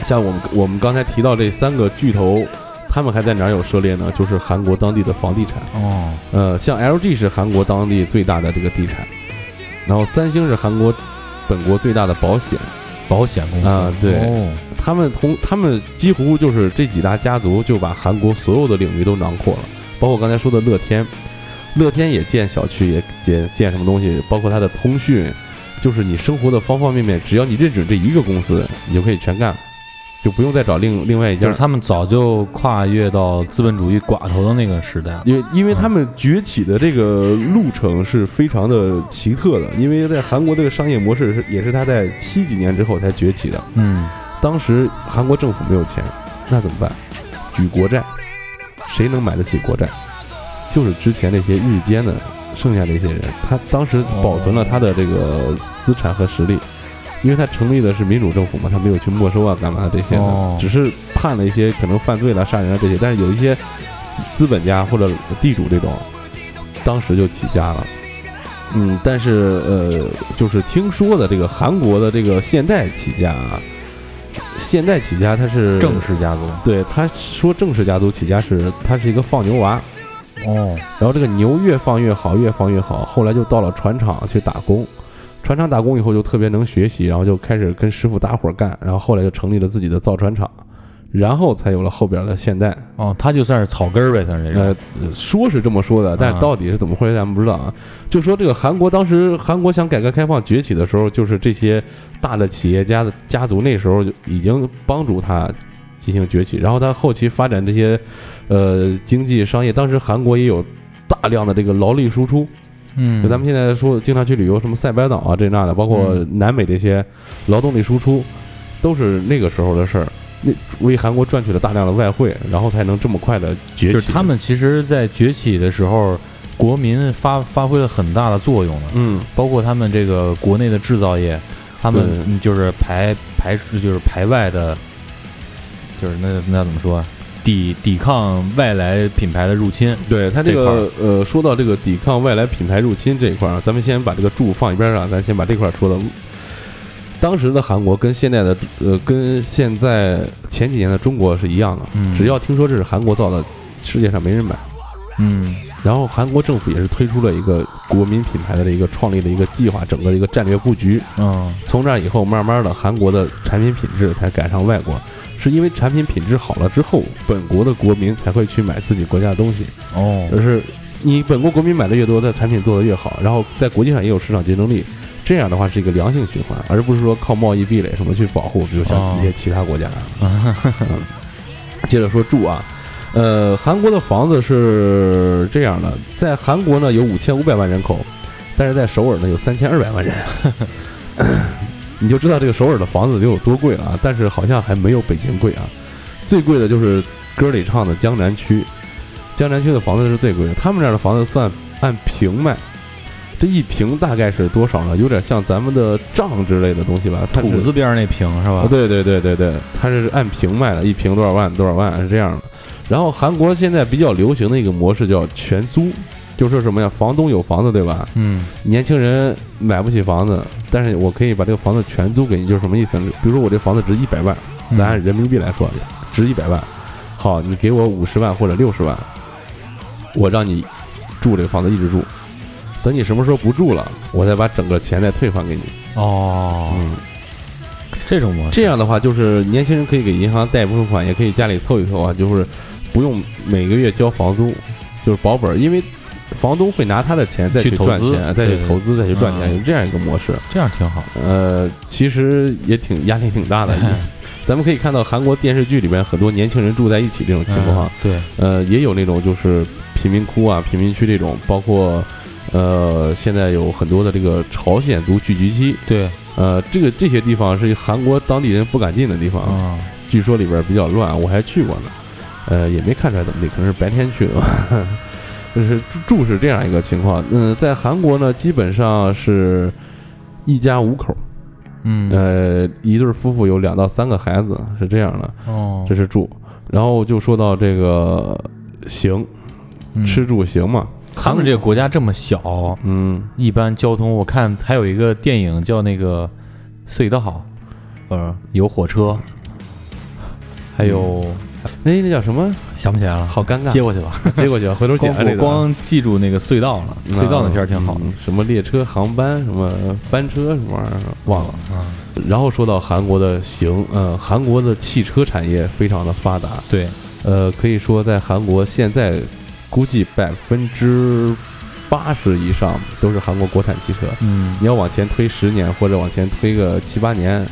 Speaker 2: 像我们我们刚才提到这三个巨头，他们还在哪儿有涉猎呢？就是韩国当地的房地产。
Speaker 1: 哦，
Speaker 2: 呃，像 LG 是韩国当地最大的这个地产，然后三星是韩国本国最大的保险。
Speaker 1: 保险公司
Speaker 2: 啊对
Speaker 1: 哦
Speaker 2: 他们同他们几乎就是这几大家族就把韩国所有的领域都囊括了，包括刚才说的乐天，乐天也建小区，也也建什么东西，包括它的通讯，就是你生活的方方面面，只要你认准这一个公司，你就可以全干，就不用再找另另外一
Speaker 1: 就
Speaker 2: 家
Speaker 1: 是。他们早就跨越到资本主义寡头的那个时代了。
Speaker 2: 因为因为他们崛起的这个路程是非常的奇特的，因为在韩国这个商业模式是也是他在七几年之后才崛起的。
Speaker 1: 嗯，
Speaker 2: 当时韩国政府没有钱，那怎么办？举国债，谁能买得起国债？就是之前那些日奸的剩下的一些人，他当时保存了他的这个资产和实力，因为他成立的是民主政府嘛，他没有去没收啊干嘛这些的，
Speaker 1: 哦
Speaker 2: 只是判了一些可能犯罪了、杀人啊这些，但是有一些资资本家或者地主这种，当时就起家了。嗯，但是呃，就是听说的这个韩国的这个现代起家，啊，现代起家他是
Speaker 1: 郑氏家族。
Speaker 2: 对，他说正式家族起家是他是一个放牛娃，
Speaker 1: 哦，
Speaker 2: 然后这个牛越放越好，越放越好，后来就到了船厂去打工。船厂打工以后就特别能学习，然后就开始跟师傅搭伙干，然后后来就成立了自己的造船厂，然后才有了后边的现代。
Speaker 1: 哦，他就算是草根儿呗，算是这种。
Speaker 2: 呃，说是这么说的，但
Speaker 1: 哎啊
Speaker 2: 是到底是怎么回事，咱们不知道啊。就说这个韩国当时韩国想改革开放崛起的时候，就是这些大的企业家的家族那时候就已经帮助他进行崛起，然后他后期发展这些呃经济商业，当时韩国也有大量的这个劳力输出，
Speaker 1: 嗯
Speaker 2: 就咱们现在说经常去旅游，什么塞班岛啊这那的，包括
Speaker 1: 嗯
Speaker 2: 南美这些劳动力输出，都是那个时候的事儿。那为韩国赚取了大量的外汇，然后才能这么快的崛起。
Speaker 1: 就是他们其实，在崛起的时候，国民发发挥了很大的作用了，
Speaker 2: 嗯，
Speaker 1: 包括他们这个国内的制造业，他们
Speaker 2: 对
Speaker 1: 嗯就是排排就是排外的，就是那那怎么说啊？抵抵抗外来品牌的入侵，
Speaker 2: 对他这
Speaker 1: 这块
Speaker 2: 个
Speaker 1: 儿
Speaker 2: 呃，说到这个抵抗外来品牌入侵这一块儿啊，咱们先把这个住放一边儿啊，咱先把这块儿说到。当时的韩国跟现在的呃，跟现在前几年的中国是一样的，
Speaker 1: 嗯
Speaker 2: 只要听说这是韩国造的，世界上没人买。
Speaker 1: 嗯，
Speaker 2: 然后韩国政府也是推出了一个国民品牌的这一个创立的一个计划，整个的一个战略布局。
Speaker 1: 嗯，
Speaker 2: 从那以后，慢慢的韩国的产品品质才赶上外国，是因为产品品质好了之后，本国的国民才会去买自己国家的东西。
Speaker 1: 哦，
Speaker 2: 而是你本国国民买的越多，它产品做得越好，然后在国际上也有市场竞争力。这样的话是一个良性循环，而不是说靠贸易壁垒什么去保护，比如像一些其他国家。嗯接着说住啊，呃，韩国的房子是这样的，在韩国呢有五千五百万人口，但是在首尔呢有三千二百万人，你就知道这个首尔的房子得有多贵了啊！但是好像还没有北京贵啊，最贵的就是歌里唱的江南区，江南区的房子是最贵的，他们这儿的房子算按平卖。这一平大概是多少呢？有点像咱们的丈之类的东西吧，它是
Speaker 1: 土字边儿那平是吧
Speaker 2: 啊，？对对对对对，它是按平卖的，一平多少万多少万是这样的。然后韩国现在比较流行的一个模式叫全租，就是什么呀？房东有房子对吧？
Speaker 1: 嗯，
Speaker 2: 年轻人买不起房子，但是我可以把这个房子全租给你，就是什么意思呢？比如说我这房子值一百万，
Speaker 1: 嗯
Speaker 2: 咱按人民币来说，值一百万，好，你给我五十万或者六十万，我让你住这个房子一直住，等你什么时候不住了，我再把整个钱再退还给你。
Speaker 1: 哦，
Speaker 2: 嗯。
Speaker 1: 这种模式，
Speaker 2: 这样的话，就是年轻人可以给银行贷一部分款，也可以家里凑一凑啊，就是不用每个月交房租，就是保本儿，因为房东会拿他的钱再
Speaker 1: 去投
Speaker 2: 赚
Speaker 1: 资
Speaker 2: 钱，再去
Speaker 1: 对
Speaker 2: 投资，再去赚钱，
Speaker 1: 嗯
Speaker 2: 有这样一个模式。
Speaker 1: 这样挺好。
Speaker 2: 呃，其实也挺压力挺大 的。咱们可以看到韩国电视剧里边很多年轻人住在一起这种情况，
Speaker 1: 嗯对，
Speaker 2: 呃，也有那种就是贫民窟啊、贫民区这种，包括呃，现在有很多的这个朝鲜族聚集区，
Speaker 1: 对，
Speaker 2: 呃，这个这些地方是韩国当地人不敢进的地方，
Speaker 1: 嗯，
Speaker 2: 据说里边比较乱，我还去过呢，呃，也没看出来怎么地，可能是白天去的 吧。就是住住是这样一个情况，嗯、在韩国呢，基本上是一家五口，
Speaker 1: 嗯，
Speaker 2: 呃，一对夫妇有两到三个孩子，是这样的，
Speaker 1: 哦，
Speaker 2: 这是住。然后就说到这个行，
Speaker 1: 嗯
Speaker 2: 吃住行嘛，
Speaker 1: 他们这个国家这么小，
Speaker 2: 嗯，
Speaker 1: 一般交通，我看还有一个电影叫那个《隧道》，呃，有火车，还有、
Speaker 2: 哎那那叫什么？
Speaker 1: 想不起来了，
Speaker 2: 好尴尬
Speaker 1: 接过去 吧。
Speaker 2: 接过去啊，回头剪
Speaker 1: 光
Speaker 2: 啊这
Speaker 1: 我
Speaker 2: 个啊。
Speaker 1: 光记住那个隧道了，隧道那片儿挺好的
Speaker 2: 嗯，什么列车航班，什么班车，什么玩意儿忘了。
Speaker 1: 啊，
Speaker 2: 然后说到韩国的行，嗯，韩国的汽车产业非常的发达，
Speaker 1: 对，
Speaker 2: 呃，可以说在韩国现在估计百分之八十以上都是韩国国产汽车。
Speaker 1: 嗯
Speaker 2: 你要往前推十年或者往前推个七八年，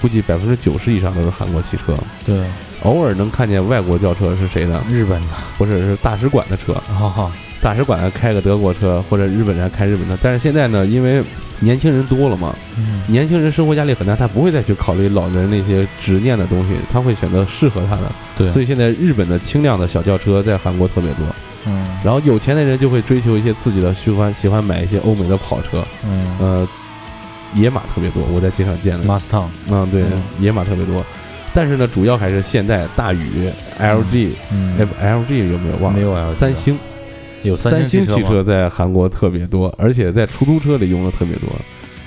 Speaker 2: 估计百分之九十以上都是韩国汽车。
Speaker 1: 对，
Speaker 2: 偶尔能看见外国轿车是谁的，
Speaker 1: 日本的，
Speaker 2: 不是是大使馆的车，
Speaker 1: 哈哈，
Speaker 2: 大使馆的开个德国车或者日本人开日本的。但是现在呢，因为年轻人多了嘛，
Speaker 1: 嗯
Speaker 2: 年轻人生活压力很大，他不会再去考虑老人那些执念的东西，他会选择适合他的。
Speaker 1: 对，
Speaker 2: 所以现在日本的轻量的小轿车在韩国特别多，
Speaker 1: 嗯
Speaker 2: 然后有钱的人就会追求一些刺激的，喜欢喜欢买一些欧美的跑车，
Speaker 1: 嗯
Speaker 2: 呃，野马特别多，我在街上见的，
Speaker 1: ，Mustang，
Speaker 2: 嗯，对
Speaker 1: 嗯，
Speaker 2: 野马特别多。但是呢，主要还是现代、大宇、LG，
Speaker 1: 嗯
Speaker 2: 哎不，LG 有没有忘了？
Speaker 1: 没有啊 LG
Speaker 2: 三星，
Speaker 1: 有
Speaker 2: 三
Speaker 1: 星
Speaker 2: 汽
Speaker 1: 吗
Speaker 2: 车，在韩国特别多，而且在出租车里用的特别多，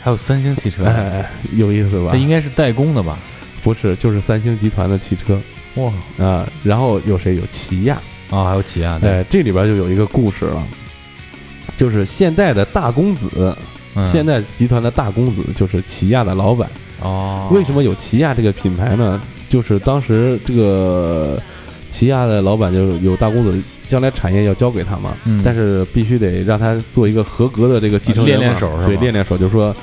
Speaker 1: 还有三星汽车，
Speaker 2: 哎，有意思吧
Speaker 1: 它？应该是代工的吧？
Speaker 2: 不是，就是三星集团的汽车
Speaker 1: 哇
Speaker 2: 啊、然后有谁有起亚？
Speaker 1: 啊，还有起亚的，
Speaker 2: 哎，这里边就有一个故事了，就是现在的大公子，
Speaker 1: 嗯
Speaker 2: 现在集团的大公子就是起亚的老板。
Speaker 1: 哦，
Speaker 2: 啊为什么有起亚这个品牌呢？就是当时这个起亚的老板就是有大公子，将来产业要交给他嘛，
Speaker 1: 嗯
Speaker 2: 但是必须得让他做一个合格的这个继承人嘛，
Speaker 1: 练练手是吧
Speaker 2: 对，练练手，就是说。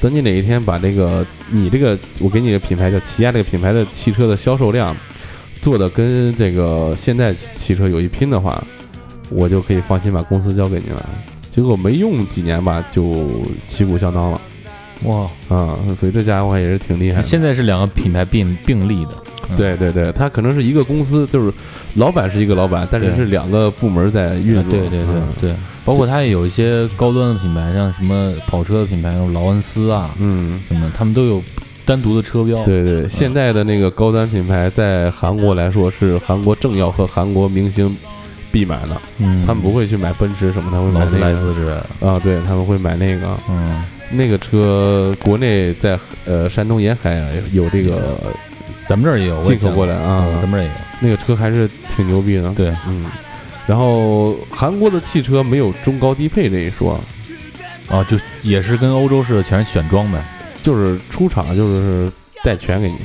Speaker 2: 等你哪一天把这个你这个我给你的品牌叫起亚这个品牌的汽车的销售量做的跟这个现代汽车有一拼的话，我就可以放心把公司交给你了。结果没用几年吧，就旗鼓相当了
Speaker 1: 哇？
Speaker 2: 啊、所以这家伙也是挺厉害的。
Speaker 1: 现在是两个品牌并并立的，嗯
Speaker 2: 对对对，它可能是一个公司，就是老板是一个老板，但是
Speaker 1: 对
Speaker 2: 是两个部门在运
Speaker 1: 啊
Speaker 2: 作。
Speaker 1: 对对对
Speaker 2: 嗯
Speaker 1: 对，包括它也有一些高端的品牌，像什么跑车的品牌，像劳恩斯啊
Speaker 2: 嗯，
Speaker 1: 什么，他们都有单独的车标，
Speaker 2: 对对，现在的那个高端品牌在韩国来说是韩国政要和韩国明星必买的，
Speaker 1: 嗯，
Speaker 2: 他们不会去买奔驰什么，他会买
Speaker 1: 劳斯
Speaker 2: 那
Speaker 1: 莱
Speaker 2: 个
Speaker 1: 斯之类的，
Speaker 2: 啊，对他们会买那个
Speaker 1: 嗯，
Speaker 2: 那个车，国内在呃山东沿海有这个
Speaker 1: 咱们这儿也有我也
Speaker 2: 进口
Speaker 1: 见
Speaker 2: 过来啊
Speaker 1: 嗯，咱们这儿也有，
Speaker 2: 那个车还是挺牛逼的。
Speaker 1: 对，
Speaker 2: 嗯，然后韩国的汽车没有中高低配这一说，
Speaker 1: 啊，就也是跟欧洲似的，全是选装呗，
Speaker 2: 就是出厂就是带全给你，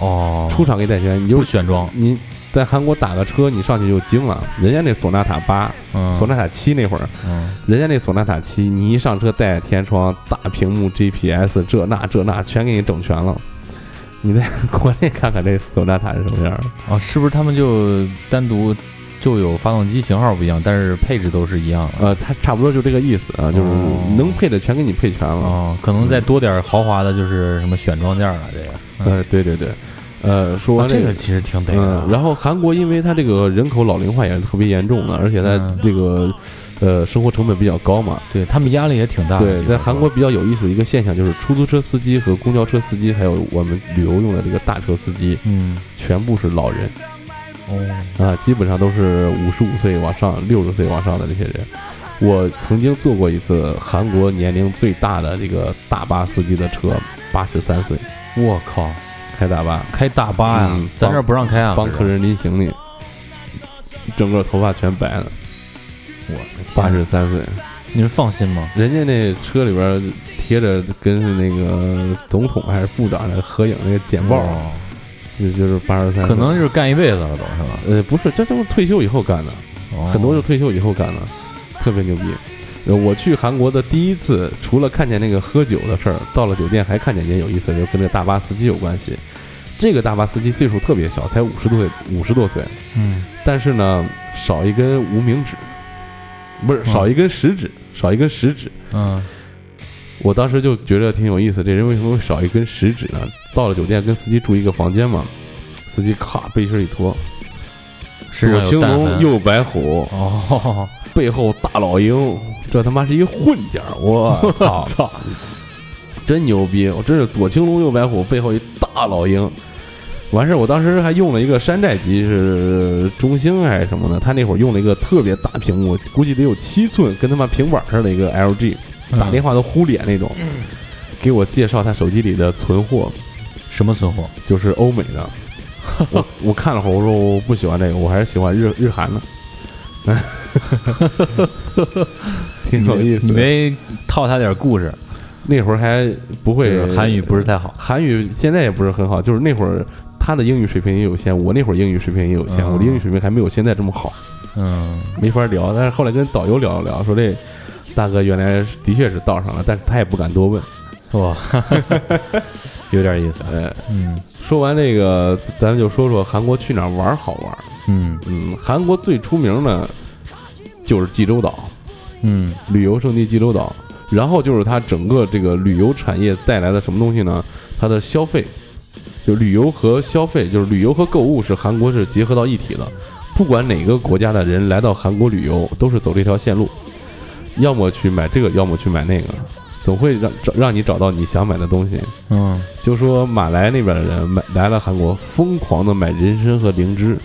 Speaker 1: 哦
Speaker 2: 出厂给你带全，你就
Speaker 1: 不选装，
Speaker 2: 你在韩国打个车，你上去就惊了。人家那索纳塔八、
Speaker 1: 嗯，
Speaker 2: 索纳塔七那会儿，
Speaker 1: 嗯，
Speaker 2: 人家那索纳塔七，你一上车带天窗、大屏幕、GPS 这那这那全给你整全了。你在国内看看这索纳塔是什么样儿的？
Speaker 1: 啊，是不是他们就单独就有发动机型号不一样，但是配置都是一样的？
Speaker 2: 呃，它差不多就这个意思啊，就是
Speaker 1: 哦
Speaker 2: 能配的全给你配全了。
Speaker 1: 哦，可能再多点儿豪华的，就是什么选装件儿啊了，这个。
Speaker 2: 呃，对对对，呃，说
Speaker 1: 哇，
Speaker 2: 完
Speaker 1: 这
Speaker 2: 个
Speaker 1: 个其实挺得意
Speaker 2: 嗯，
Speaker 1: 的。
Speaker 2: 然后韩国因为它这个人口老龄化也是特别严重的，而且它
Speaker 1: 嗯
Speaker 2: 这个呃生活成本比较高嘛。
Speaker 1: 对他们压力也挺大的。
Speaker 2: 对，在韩国，比较有意思的一个现象就是，出租车司机和公交车司机，还有我们旅游用的这个大车司机，
Speaker 1: 嗯，
Speaker 2: 全部是老人
Speaker 1: 哦，
Speaker 2: 啊，基本上都是五十五岁往上、六十岁往上的这些人。我曾经坐过一次韩国年龄最大的这个大巴司机的车，八十三岁
Speaker 1: 我靠，
Speaker 2: 开大巴，
Speaker 1: 开大巴呀
Speaker 2: 嗯，
Speaker 1: 咱这儿不让开啊，
Speaker 2: 帮
Speaker 1: 可
Speaker 2: 客
Speaker 1: 是
Speaker 2: 人拎行李，整个头发全白了，
Speaker 1: 我的天啊
Speaker 2: 八，十三岁。
Speaker 1: 您放心吗？
Speaker 2: 人家那车里边儿贴着跟那个总统还是部长的合影那个简报，
Speaker 1: 哦
Speaker 2: 就就是八十三，
Speaker 1: 可能就是干一辈子了，都是吧？
Speaker 2: 呃不是，这都是退休以后干的，
Speaker 1: 哦
Speaker 2: 很多就退休以后干的，特别牛逼。呃我去韩国的第一次，除了看见那个喝酒的事儿，到了酒店还看见一件有意思的，就跟那个大巴司机有关系。这个大巴司机岁数特别小，才五十多岁，五十多岁，
Speaker 1: 嗯，
Speaker 2: 但是呢，少一根无名指，不是
Speaker 1: 嗯
Speaker 2: 少一根食指，少一根食指。
Speaker 1: 嗯
Speaker 2: 我当时就觉得挺有意思，这人为什么会少一根食指呢？到了酒店跟司机住一个房间嘛，司机咔背心一脱，
Speaker 1: 身
Speaker 2: 左
Speaker 1: 上
Speaker 2: 青
Speaker 1: 有弹
Speaker 2: 龙
Speaker 1: 痕
Speaker 2: 右白虎，
Speaker 1: 哦，
Speaker 2: 背后大老鹰，这他妈是一混家 儿，我操，
Speaker 1: 操，
Speaker 2: 真牛逼！我真是左青龙右白虎，背后一大老鹰。完事儿，我当时还用了一个山寨机，是中兴还是什么的？他那会儿用了一个特别大屏幕，估计得有七寸，跟他妈平板儿似的一个 LG，打电
Speaker 1: 话
Speaker 2: 话都呼脸那种。给我介绍他手机里的存货，
Speaker 1: 什么存货？
Speaker 2: 就是欧美 的。我我看了会儿，我说我不喜欢这个，我还是喜欢日 日韩的。挺有意思的。
Speaker 1: 你没套他点故事？
Speaker 2: 那会儿还不会
Speaker 1: 就是韩语，不是太好。
Speaker 2: 韩语现在也不是很好，就是那会儿他的英语水平也有限，我那会儿英语水平也有限，
Speaker 1: 嗯
Speaker 2: 我的英语水平还没有现在这么好。
Speaker 1: 嗯
Speaker 2: 没法聊。但是后来跟导游聊了聊，说这大哥原来的确是道上了，但是他也不敢多问。
Speaker 1: 哇，有点意思。
Speaker 2: 呃，
Speaker 1: 嗯
Speaker 2: 说完这个，咱们就说说韩国去哪儿玩儿好玩儿。
Speaker 1: 嗯
Speaker 2: 嗯，韩国最出名的就是济州岛，
Speaker 1: 嗯
Speaker 2: 旅游胜地济州岛。然后就是它整个这个旅游产业带来的什么东西呢？它的消费，就旅游和消费，就是旅游和购物是韩国是结合到一体的。不管哪个国家的人来到韩国旅游，都是走这条线路，要么去买这个，要么去买那个，总会让找让你找到你想买的东西。
Speaker 1: 嗯，
Speaker 2: 就说马来那边的人买来了韩国，疯狂的买人参和灵芝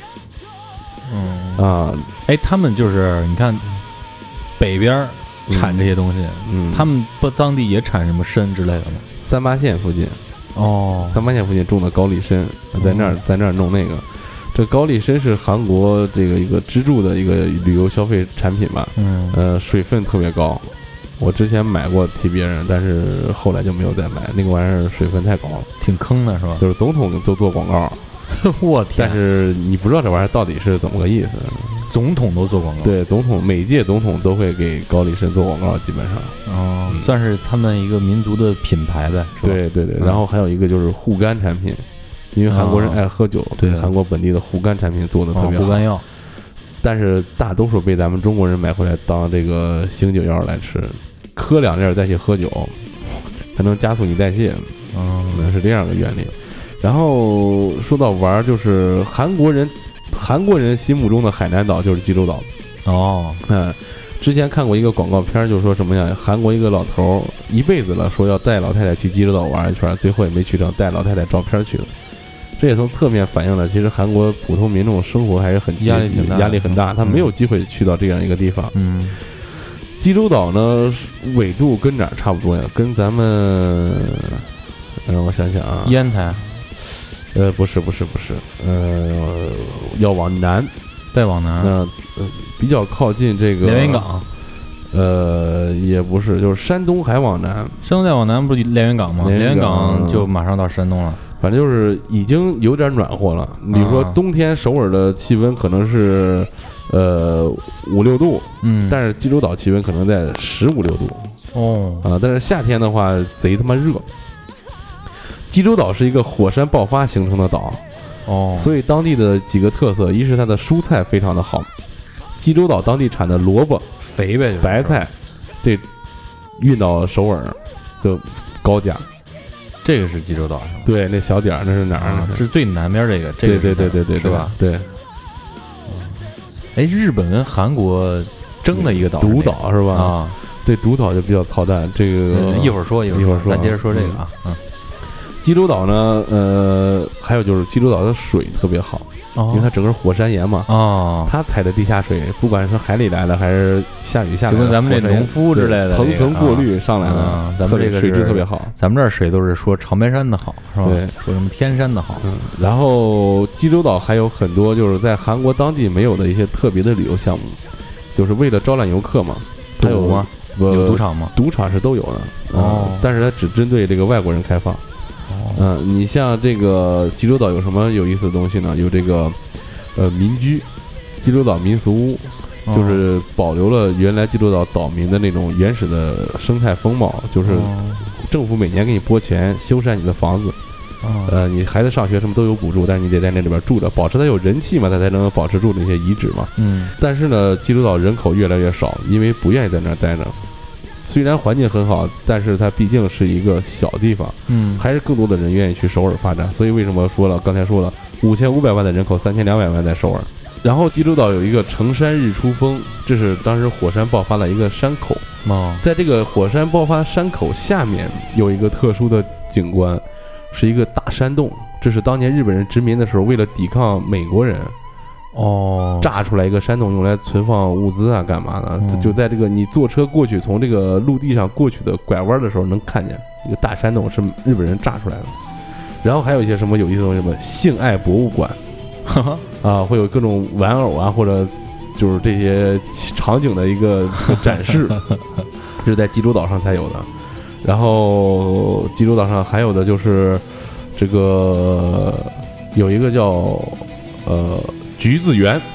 Speaker 1: 嗯，
Speaker 2: 啊，
Speaker 1: 哎，他们就是你看北边儿产这些东西，
Speaker 2: 嗯，
Speaker 1: 他们不当地也产什么参之类的吗？
Speaker 2: 三八线附近，
Speaker 1: 哦
Speaker 2: 三八线附近种的高丽参，在那儿在那儿弄那个，这高丽参是韩国这个一个支柱的一个旅游消费产品吧，
Speaker 1: 嗯
Speaker 2: 呃，水分特别高。我之前买过替别人，但是后来就没有再买，那个玩意儿水分太高了。
Speaker 1: 挺坑的是吧？
Speaker 2: 就是总统都做广告，
Speaker 1: 我天啊哦
Speaker 2: 但，是你不知道这玩意儿到底是怎么个意思。
Speaker 1: 总统都做广告，，
Speaker 2: 对，总统每届总统都会给高丽参做广告，基本上。
Speaker 1: 哦，算是他们一个民族的品牌呗，是吧？
Speaker 2: 对对对，
Speaker 1: 嗯
Speaker 2: 然后还有一个就是护肝产品，因为韩国人
Speaker 1: 哦
Speaker 2: 爱喝酒，
Speaker 1: 对
Speaker 2: 韩国本地的护肝产品做的特
Speaker 1: 哦，
Speaker 2: 别
Speaker 1: 护
Speaker 2: 好，
Speaker 1: 肝药，
Speaker 2: 但是大多数被咱们中国人买回来当这个醒酒药来吃，喝两粒儿再去喝酒，才能加速你代谢，可
Speaker 1: 嗯
Speaker 2: 能是这样的原理。然后说到玩儿，就是韩国人，韩国人心目中的海南岛就是济州岛，
Speaker 1: 哦，
Speaker 2: 嗯，之前看过一个广告片，儿，就说什么呀？韩国一个老头儿一辈子了，说要带老太太去济州岛玩一圈儿，最后也没去成，带老太太照片儿去了。这也从侧面反映了，其实韩国普通民众生活还是很拮据
Speaker 1: 压力挺大的
Speaker 2: 压力很大，他没有机会去到这样一个地方。
Speaker 1: 嗯
Speaker 2: 济州岛呢，纬度跟哪儿差不多呀？跟咱们，嗯、我想想啊，
Speaker 1: 烟台、
Speaker 2: 呃，不是，不是，不是，呃，要往南，
Speaker 1: 再往
Speaker 2: 嗯、
Speaker 1: 南，
Speaker 2: 呃，比较靠近这个
Speaker 1: 啊连云港，
Speaker 2: 呃，也不是，就是山东还往南，
Speaker 1: 山东再往南不是连云港吗？
Speaker 2: 连
Speaker 1: 连
Speaker 2: 云
Speaker 1: 云
Speaker 2: 港
Speaker 1: 港就马上到山东了。
Speaker 2: 反正就是已经有点暖和了。比如说
Speaker 1: 啊
Speaker 2: 冬天首尔的气温可能是呃五六度，
Speaker 1: 嗯，
Speaker 2: 但是济州岛气温可能在十五六度
Speaker 1: 哦，
Speaker 2: 啊。但是夏天的话，贼他妈热。济州岛是一个火山爆发形成的岛，
Speaker 1: 哦，
Speaker 2: 所以当地的几个特色，一是它的蔬菜非常的好，济州岛当地产的萝卜、
Speaker 1: 以肥呗，就是
Speaker 2: 白菜，这运到首尔就高价。
Speaker 1: 这个是济州岛是吗？
Speaker 2: 对，那小点儿那是哪儿？
Speaker 1: 啊，
Speaker 2: 那
Speaker 1: 这
Speaker 2: 是
Speaker 1: 是最南边这个，这个
Speaker 2: 对嗯对对对对，
Speaker 1: 是
Speaker 2: 对
Speaker 1: 吧？？
Speaker 2: 对，
Speaker 1: 哎，日本跟韩国争的一个岛是哪
Speaker 2: 独
Speaker 1: 个，
Speaker 2: 岛是吧？
Speaker 1: 啊，
Speaker 2: 对，独岛就比较操蛋。这个
Speaker 1: 对一会儿说一
Speaker 2: 一会
Speaker 1: 会
Speaker 2: 儿说啊
Speaker 1: 咱接着说这个啊，嗯，
Speaker 2: 济州岛呢，呃，还有就是济州岛的水特别好，因为它
Speaker 1: 哦
Speaker 2: 整个火山岩嘛，
Speaker 1: 哦，
Speaker 2: 它采的地下水，不管是海里来的还是下雨下来
Speaker 1: 就
Speaker 2: 的，
Speaker 1: 跟咱们这
Speaker 2: 火山岩
Speaker 1: 农夫之类的
Speaker 2: 对层层
Speaker 1: 这个啊
Speaker 2: 过滤上来的
Speaker 1: 啊，咱们这个
Speaker 2: 特别水质
Speaker 1: 是
Speaker 2: 特别好。
Speaker 1: 咱们这儿水都是说长白山的好，是吧？
Speaker 2: 对
Speaker 1: 说什么天山的好，
Speaker 2: 嗯，然后济州岛还有很多就是在韩国当地没有的一些特别的旅游项目，就是为了招揽游客嘛。还有
Speaker 1: 赌吗？？有
Speaker 2: 呃
Speaker 1: 赌，场吗？
Speaker 2: 赌场是都有的，嗯
Speaker 1: 哦
Speaker 2: 但是它只针对这个外国人开放。
Speaker 1: 哦，
Speaker 2: 嗯，你像这个济州岛有什么有意思的东西呢？有这个呃民居，济州岛民俗屋，
Speaker 1: 哦
Speaker 2: 就是保留了原来济州岛岛民的那种原始的生态风貌，就是
Speaker 1: 哦
Speaker 2: 政府每年给你拨钱修缮你的房子，
Speaker 1: 哦
Speaker 2: 呃，你孩子上学什么都有补助，但是你得在那里边住着，保持它有人气嘛，它才能保持住那些遗址嘛。
Speaker 1: 嗯
Speaker 2: 但是呢，济州岛人口越来越少，因为不愿意在那儿待着。虽然环境很好，但是它毕竟是一个小地方，
Speaker 1: 嗯，
Speaker 2: 还是更多的人愿意去首尔发展。所以为什么说了刚才说了，五千五百万的人口，三千两百万在首尔。然后济州岛有一个成山日出峰，这是当时火山爆发的一个山口，
Speaker 1: 哦
Speaker 2: 在这个火山爆发山口下面有一个特殊的景观，是一个大山洞。这是当年日本人殖民的时候，为了抵抗美国人，
Speaker 1: 哦，
Speaker 2: 炸出来一个山洞，用来存放物资啊，干嘛的？
Speaker 1: 嗯
Speaker 2: 就就在这个你坐车过去，从这个陆地上过去的拐弯的时候，能看见一个大山洞是日本人炸出来的。然后还有一些什么有意思的东西，什么性爱博物馆
Speaker 1: 哈哈
Speaker 2: 啊，会有各种玩偶啊，或者就是这些场景的一个展示，这是在济州岛上才有的。然后济州岛上还有的就是这个有一个叫呃橘子园。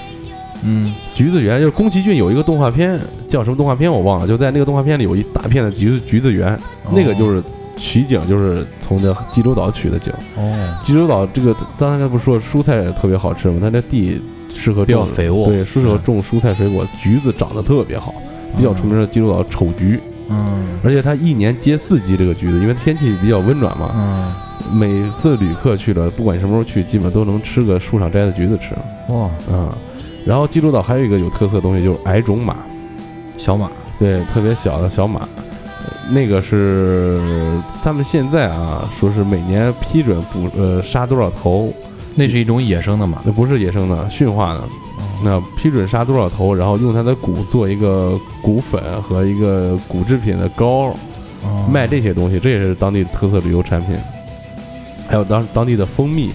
Speaker 1: 嗯
Speaker 2: 橘子园就是宫崎骏有一个动画片，叫什么动画片我忘了，就在那个动画片里有一大片的橘子橘子园，
Speaker 1: 哦
Speaker 2: 那个就是取景，就是从这济州岛取的景。
Speaker 1: 哦，
Speaker 2: 济州岛这个，刚才不是说蔬菜特别好吃吗？它这地适合
Speaker 1: 比较
Speaker 2: 种，
Speaker 1: 肥沃，嗯
Speaker 2: 对，适合种蔬菜水果，橘子长得特别好，比较出名的济州岛丑橘，
Speaker 1: 嗯。
Speaker 2: 而且它一年结四季这个橘子，因为天气比较温暖嘛，
Speaker 1: 嗯
Speaker 2: 每次旅客去了，不管什么时候去，基本都能吃个树上摘的橘子吃。
Speaker 1: 嗯，哇，
Speaker 2: 啊、然后济州岛还有一个有特色的东西就是矮种马，
Speaker 1: 小马，
Speaker 2: 对，特别小的小马，呃那个是他们现在啊，说是每年批准捕呃杀多少头，
Speaker 1: 那是一种野生的马，
Speaker 2: 那不是野生的，驯化
Speaker 1: 哦
Speaker 2: 的，那批准杀多少头，然后用它的骨做一个骨粉和一个骨制品的膏，
Speaker 1: 哦
Speaker 2: 卖这些东西，这也是当地特色旅游产品，还有当当地的蜂蜜。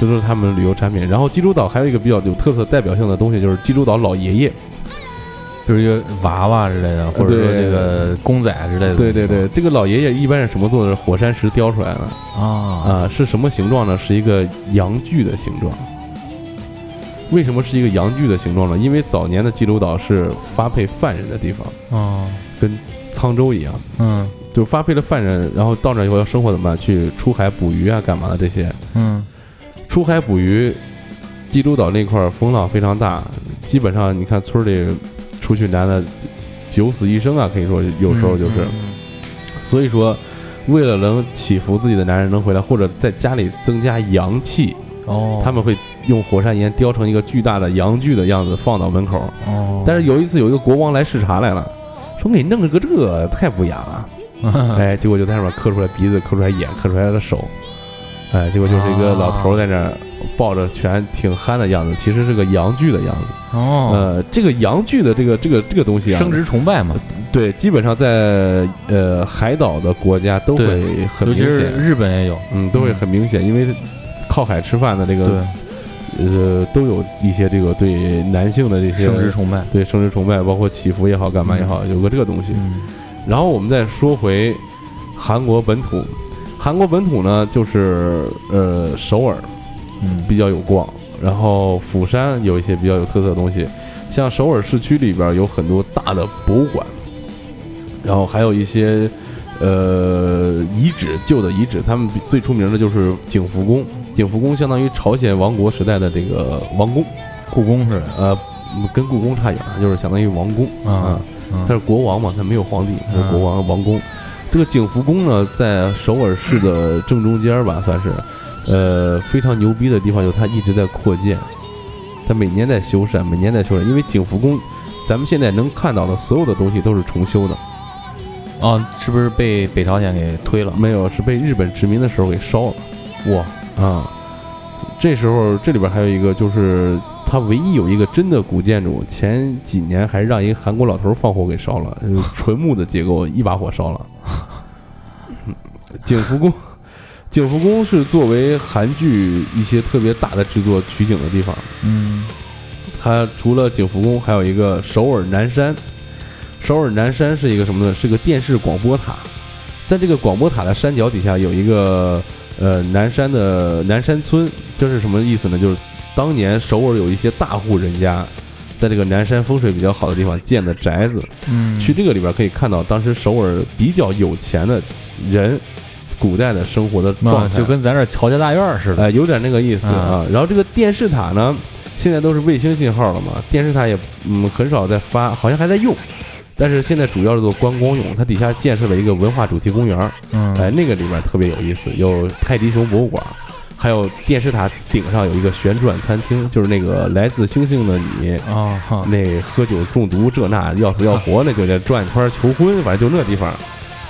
Speaker 2: 这都是他们旅游产品。然后济州岛还有一个比较有特色、代表性的东西，就是济州岛老爷爷。
Speaker 1: 比如一个娃娃之类的，或者说
Speaker 2: 对
Speaker 1: 这个公仔之类的，
Speaker 2: 对对对，这个老爷爷一般是什么做的？是火山石雕出来的
Speaker 1: 啊，
Speaker 2: 啊、是什么形状呢？是一个羊具的形状。为什么是一个羊具的形状呢？因为早年的济州岛是发配犯人的地方，
Speaker 1: 哦，
Speaker 2: 跟沧州一样，
Speaker 1: 嗯
Speaker 2: 就发配了犯人，然后到那以后要生活怎么办？去出海捕鱼啊，干嘛的这些？
Speaker 1: 嗯，
Speaker 2: 出海捕鱼，济州岛那块儿风浪非常大，基本上你看村里出去男的九死一生啊，可以说有时候就是。
Speaker 1: 嗯
Speaker 2: 所以说，为了能祈福自己的男人能回来，或者在家里增加阳气，
Speaker 1: 哦，
Speaker 2: 他们会用火山岩雕成一个巨大的阳具的样子放到门口。
Speaker 1: 哦，
Speaker 2: 但是有一次有一个国王来视察来了，说给你弄了个这个太不雅了，
Speaker 1: 哦嗯
Speaker 2: 哎，结果就在上面刻出来鼻子，刻出来眼，刻出来的手，哎，结果就是一个老头在那儿抱着拳挺憨的样子，其实是个阳具的样子。
Speaker 1: 哦，
Speaker 2: 呃，这个阳具的这个这个这个东西啊，
Speaker 1: 生殖崇拜嘛，
Speaker 2: 对，基本上在呃海岛的国家都会
Speaker 1: 对
Speaker 2: 很
Speaker 1: 尤
Speaker 2: 明
Speaker 1: 其是
Speaker 2: 显，
Speaker 1: 日本也有，
Speaker 2: 嗯，都会很明显，因为靠海吃饭的这个
Speaker 1: 对，
Speaker 2: 呃都有一些这个对男性的这些
Speaker 1: 生殖崇拜，
Speaker 2: 对生殖崇拜，包括祈福也好，干嘛也好，有个这个东西。
Speaker 1: 嗯
Speaker 2: 然后我们再说回韩国本土，韩国本土呢就是呃首尔
Speaker 1: 嗯，
Speaker 2: 比较有逛，然后釜山有一些比较有特色的东西，像首尔市区里边有很多大的博物馆，然后还有一些呃遗址，旧的遗址，他们比最出名的就是景福宫，景福宫相当于朝鲜王国时代的这个王宫，
Speaker 1: 故宫似的，
Speaker 2: 呃，跟故宫差远了，就是相当于王宫
Speaker 1: 啊嗯
Speaker 2: 他是国王嘛，他没有皇帝，他是国王王宫。这个景福宫呢，在首尔市的正中间儿吧，算是，呃，非常牛逼的地方，就是它一直在扩建，它每年在修缮，每年在修缮。因为景福宫，咱们现在能看到的所有的东西都是重修的，
Speaker 1: 哦，是不是被北朝鲜给推了？
Speaker 2: 没有是被日本殖民的时候给烧了。
Speaker 1: 哇，
Speaker 2: 啊，这时候这里边还有一个就是，它唯一有一个真的古建筑，前几年还让一韩国老头放火给烧了，就是 纯木的结构，一把火烧了。景福宫，景福宫是作为韩剧一些特别大的制作取景的地方。
Speaker 1: 嗯，
Speaker 2: 它除了景福宫，还有一个首尔南山。首尔南山是一个什么呢？是个电视广播塔，在这个广播塔的山脚底下有一个呃南山的南山村，这是什么意思呢？就是当年首尔有一些大户人家，在这个南山风水比较好的地方建的宅子，
Speaker 1: 嗯，
Speaker 2: 去这个里边可以看到当时首尔比较有钱的人古代的生活的
Speaker 1: 啊
Speaker 2: 状态，
Speaker 1: 就跟咱这儿乔家大院儿似的，
Speaker 2: 呃，有点那个意思啊。然后这个电视塔呢，现在都是卫星信号了嘛，电视塔也嗯很少在发，好像还在用，但是现在主要是做观光用。它底下建设了一个文化主题公园儿，
Speaker 1: 嗯，
Speaker 2: 哎，那个里面特别有意思，有泰迪熊博物馆，还有电视塔顶上有一个旋转餐厅，就是那个来自星星的你。
Speaker 1: 哦，哈
Speaker 2: 啊那喝酒中毒这那要死要活，那就得转一圈儿求婚，反正就那地方，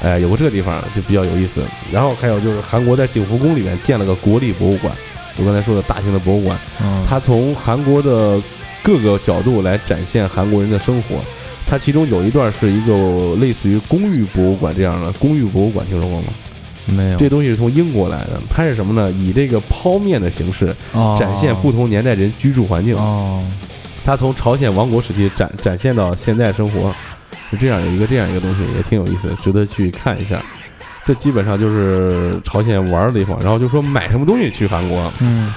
Speaker 2: 哎，有个这地方就比较有意思。然后还有就是韩国在景福宫里面建了个国立博物馆，我刚才说的大型的博物馆，
Speaker 1: 嗯
Speaker 2: 它从韩国的各个角度来展现韩国人的生活。它其中有一段是一个类似于公寓博物馆这样的公寓博物馆，听说过吗？
Speaker 1: 没有
Speaker 2: 这东西是从英国来的，它是什么呢？以这个剖面的形式
Speaker 1: 哦
Speaker 2: 展现不同年代人居住环境。
Speaker 1: 哦，
Speaker 2: 他从朝鲜王国时期展展现到现在生活，是这样有一个这样一个东西，也挺有意思，值得去看一下。这基本上就是朝鲜玩儿的地方，然后就说买什么东西去韩国，
Speaker 1: 嗯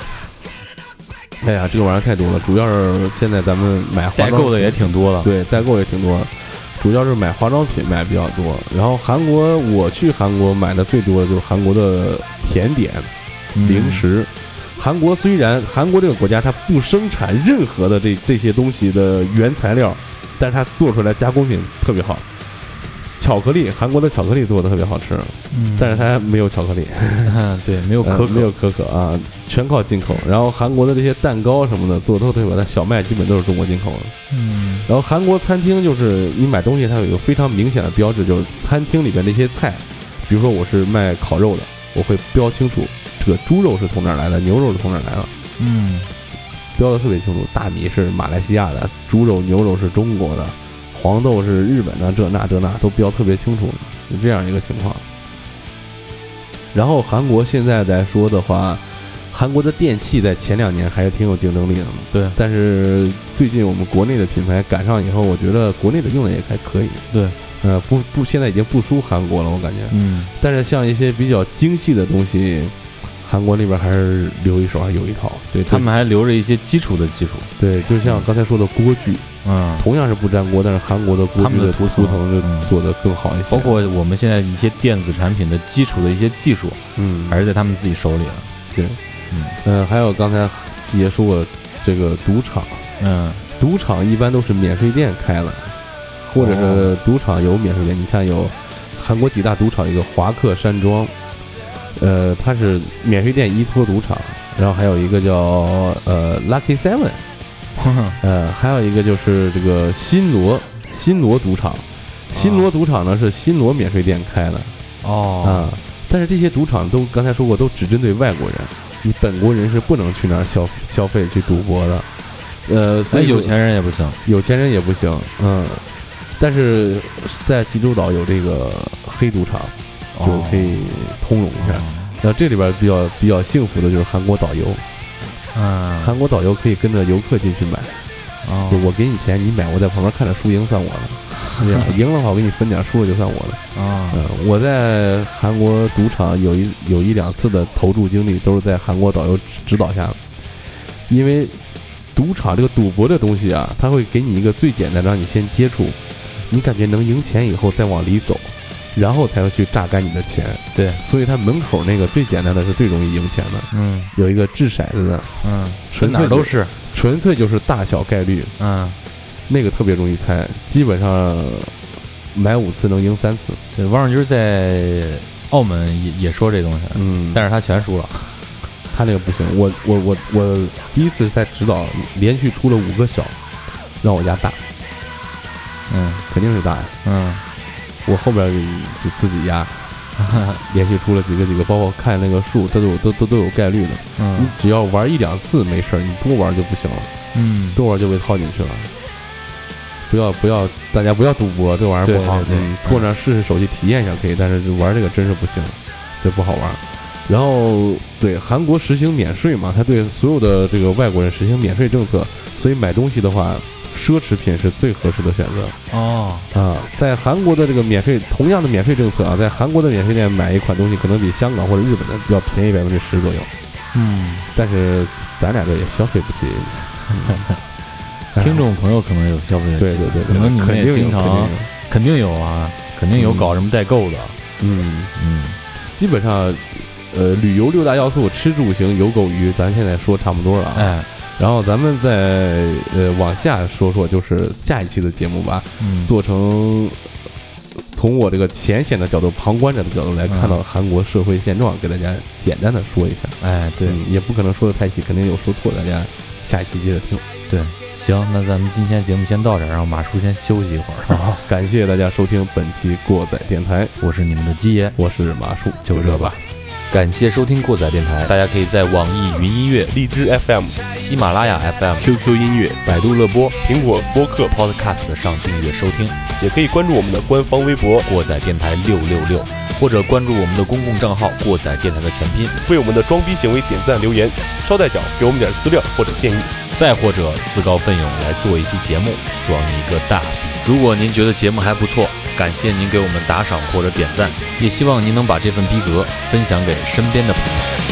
Speaker 2: 哎呀，这个玩意儿太多了，主要是现在咱们买化
Speaker 1: 代
Speaker 2: 妆
Speaker 1: 购的也挺多了。
Speaker 2: 对，代购也挺多，主要是买化妆品买比较多。然后韩国，我去韩国买的最多的就是韩国的甜点、
Speaker 1: 嗯
Speaker 2: 零食。韩国虽然韩国这个国家它不生产任何的这这些东西的原材料，但是它做出来加工品特别好。巧克力，韩国的巧克力做的特别好吃，
Speaker 1: 嗯
Speaker 2: 但是它没有巧克力，
Speaker 1: 嗯 对没有
Speaker 2: 呃
Speaker 1: 可可，
Speaker 2: 没有可可啊，全靠进口。然后韩国的这些蛋糕什么的做的都特别好，但小麦基本都是中国进口的。
Speaker 1: 嗯
Speaker 2: 然后韩国餐厅就是你买东西，它有一个非常明显的标志，就是餐厅里边那些菜，比如说我是卖烤肉的，我会标清楚这个猪肉是从哪儿来的，牛肉是从哪儿来的，
Speaker 1: 嗯
Speaker 2: 标的特别清楚。大米是马来西亚的，猪肉、牛肉是中国的，黄豆是日本的，这那这那都标特别清楚，是这样一个情况。然后韩国现在来说的话，韩国的电器在前两年还是挺有竞争力的嘛。
Speaker 1: 对
Speaker 2: 但是最近我们国内的品牌赶上以后，我觉得国内的用的也还可以。
Speaker 1: 对，
Speaker 2: 呃，不不，现在已经不输韩国了，我感觉。
Speaker 1: 嗯
Speaker 2: 但是像一些比较精细的东西，韩国那边还是留一手，还有一套。对
Speaker 1: 他们还留着一些基础的技术，
Speaker 2: 对，就像刚才说的锅具，
Speaker 1: 嗯，
Speaker 2: 同样是不粘锅，但是韩国的锅
Speaker 1: 他
Speaker 2: 具
Speaker 1: 们的
Speaker 2: 涂
Speaker 1: 涂
Speaker 2: 涂
Speaker 1: 层
Speaker 2: 层
Speaker 1: 嗯
Speaker 2: 就做得更好一些。
Speaker 1: 包括我们现在一些电子产品的基础的一些技术，
Speaker 2: 嗯，
Speaker 1: 还是在他们自己手里了。
Speaker 2: 对，
Speaker 1: 嗯
Speaker 2: 呃，还有刚才季杰说过这个赌场，
Speaker 1: 嗯
Speaker 2: 赌场一般都是免税店开了，或者
Speaker 1: 哦
Speaker 2: 是赌场有免税店。你看有韩国几大赌场，一个华克山庄，呃，它是免税店依托赌场，然后还有一个叫呃 Lucky Seven，呃，还有一个就是这个新罗新罗赌场，新罗赌场呢是新罗免税店开的
Speaker 1: 哦
Speaker 2: 啊、但是这些赌场都刚才说过，都只针对外国人，你本国人是不能去那儿消消费去赌博的。呃，
Speaker 1: 所
Speaker 2: 所以
Speaker 1: 以哎有
Speaker 2: 说
Speaker 1: 钱人也不行。
Speaker 2: 有钱人也不行，嗯，但是在济州岛有这个黑赌场，就
Speaker 1: 哦
Speaker 2: 可以通融
Speaker 1: 嗯
Speaker 2: 一下。然后这里边比较比较幸福的就是韩国导游，
Speaker 1: 嗯，
Speaker 2: 韩国导游可以跟着游客进去买，
Speaker 1: 哦
Speaker 2: 就我给你钱，你买，我在旁边看着输赢算 我的，对吧赢了话我给你分点，输了就算我的。
Speaker 1: 啊
Speaker 2: 嗯，我在韩国赌场有一有一两次的投注经历，都是在韩国导游指指导下的。因为赌场这个赌博这东西啊，它会给你一个最简单，让你先接触，你感觉能赢钱以后再往里走，然后才会去榨干你的钱。
Speaker 1: 对，
Speaker 2: 所以它门口那个最简单的是最容易赢钱的，
Speaker 1: 嗯
Speaker 2: 有一个掷骰子的，
Speaker 1: 嗯，
Speaker 2: 纯
Speaker 1: 哪
Speaker 2: 粹
Speaker 1: 儿都
Speaker 2: 就是纯粹就是大小概率，
Speaker 1: 嗯。
Speaker 2: 那个特别容易猜，基本上买五次能赢三次。
Speaker 1: 对，王永军在澳门也也说这东西，
Speaker 2: 嗯
Speaker 1: 但是他全输了。
Speaker 2: 他那个不行，我我我我第一次在指导连续出了五个小，让我压大，
Speaker 1: 嗯
Speaker 2: 肯定是大呀。
Speaker 1: 嗯，
Speaker 2: 我后边就自己压，连续出了几个几个，包括看那个数，这都有都都都有概率的。你
Speaker 1: 嗯
Speaker 2: 只要玩一两次没事儿，你多玩就不行了，
Speaker 1: 嗯，
Speaker 2: 多玩就被套进去了。不要不要，大家不要赌博，这玩意儿不好。
Speaker 1: 对对对
Speaker 2: 嗯过那试试手机体验一下可以，但是玩这个真是不行，这不好玩。然后对韩国实行免税嘛，他对所有的这个外国人实行免税政策，所以买东西的话，奢侈品是最合适的选择
Speaker 1: 哦，
Speaker 2: 啊。在韩国的这个免税，同样的免税政策啊，在韩国的免税店买一款东西，可能比香港或者日本的要便宜百分之十左右，
Speaker 1: 嗯，
Speaker 2: 但是咱俩这也消费不 起。嗯
Speaker 1: 听众朋友可能有消费得起
Speaker 2: 对对对，
Speaker 1: 可能你们
Speaker 2: 肯定
Speaker 1: 也
Speaker 2: 有
Speaker 1: 经
Speaker 2: 肯定
Speaker 1: 常
Speaker 2: 有
Speaker 1: 肯定有啊，肯定有
Speaker 2: 嗯
Speaker 1: 搞什么代购的。
Speaker 2: 嗯，
Speaker 1: 嗯
Speaker 2: 基本上，呃，旅游六大要素：吃、住、行、游、购、娱，咱现在说差不多了啊。
Speaker 1: 哎
Speaker 2: 然后咱们再呃往下说说，就是下一期的节目吧，
Speaker 1: 嗯，
Speaker 2: 做成呃从我这个浅显的角度、旁观者的角度来看到韩国社会现状，给大家简单的说一下。
Speaker 1: 哎对
Speaker 2: 嗯也不可能说的太细，肯定有说错，大家下一期接着听。
Speaker 1: 对，行，那咱们今天节目先到这儿，让马叔先休息一会儿。
Speaker 2: 感谢大家收听本期过载电台，
Speaker 1: 我是你们的鸡爷，
Speaker 2: 我是马叔，
Speaker 1: 就这吧。。感谢收听过载电台，大家可以在网易云音乐、
Speaker 4: 荔枝 FM、
Speaker 1: 喜马拉雅 FM、
Speaker 4: QQ 音乐、
Speaker 1: 百度乐播、
Speaker 4: 苹果播客，
Speaker 1: Podcast 上订阅收听。
Speaker 4: 也可以关注我们的官方微博，
Speaker 1: 过载电台六六六，或者关注我们的公共账号“过载电台”的全拼，
Speaker 4: 为我们的装逼行为点赞留言。捎带脚给我们点资料或者建议。
Speaker 1: 再或者自告奋勇来做一期节目，装一个大逼。如果您觉得节目还不错，感谢您给我们打赏或者点赞，也希望您能把这份逼格分享给身边的朋友。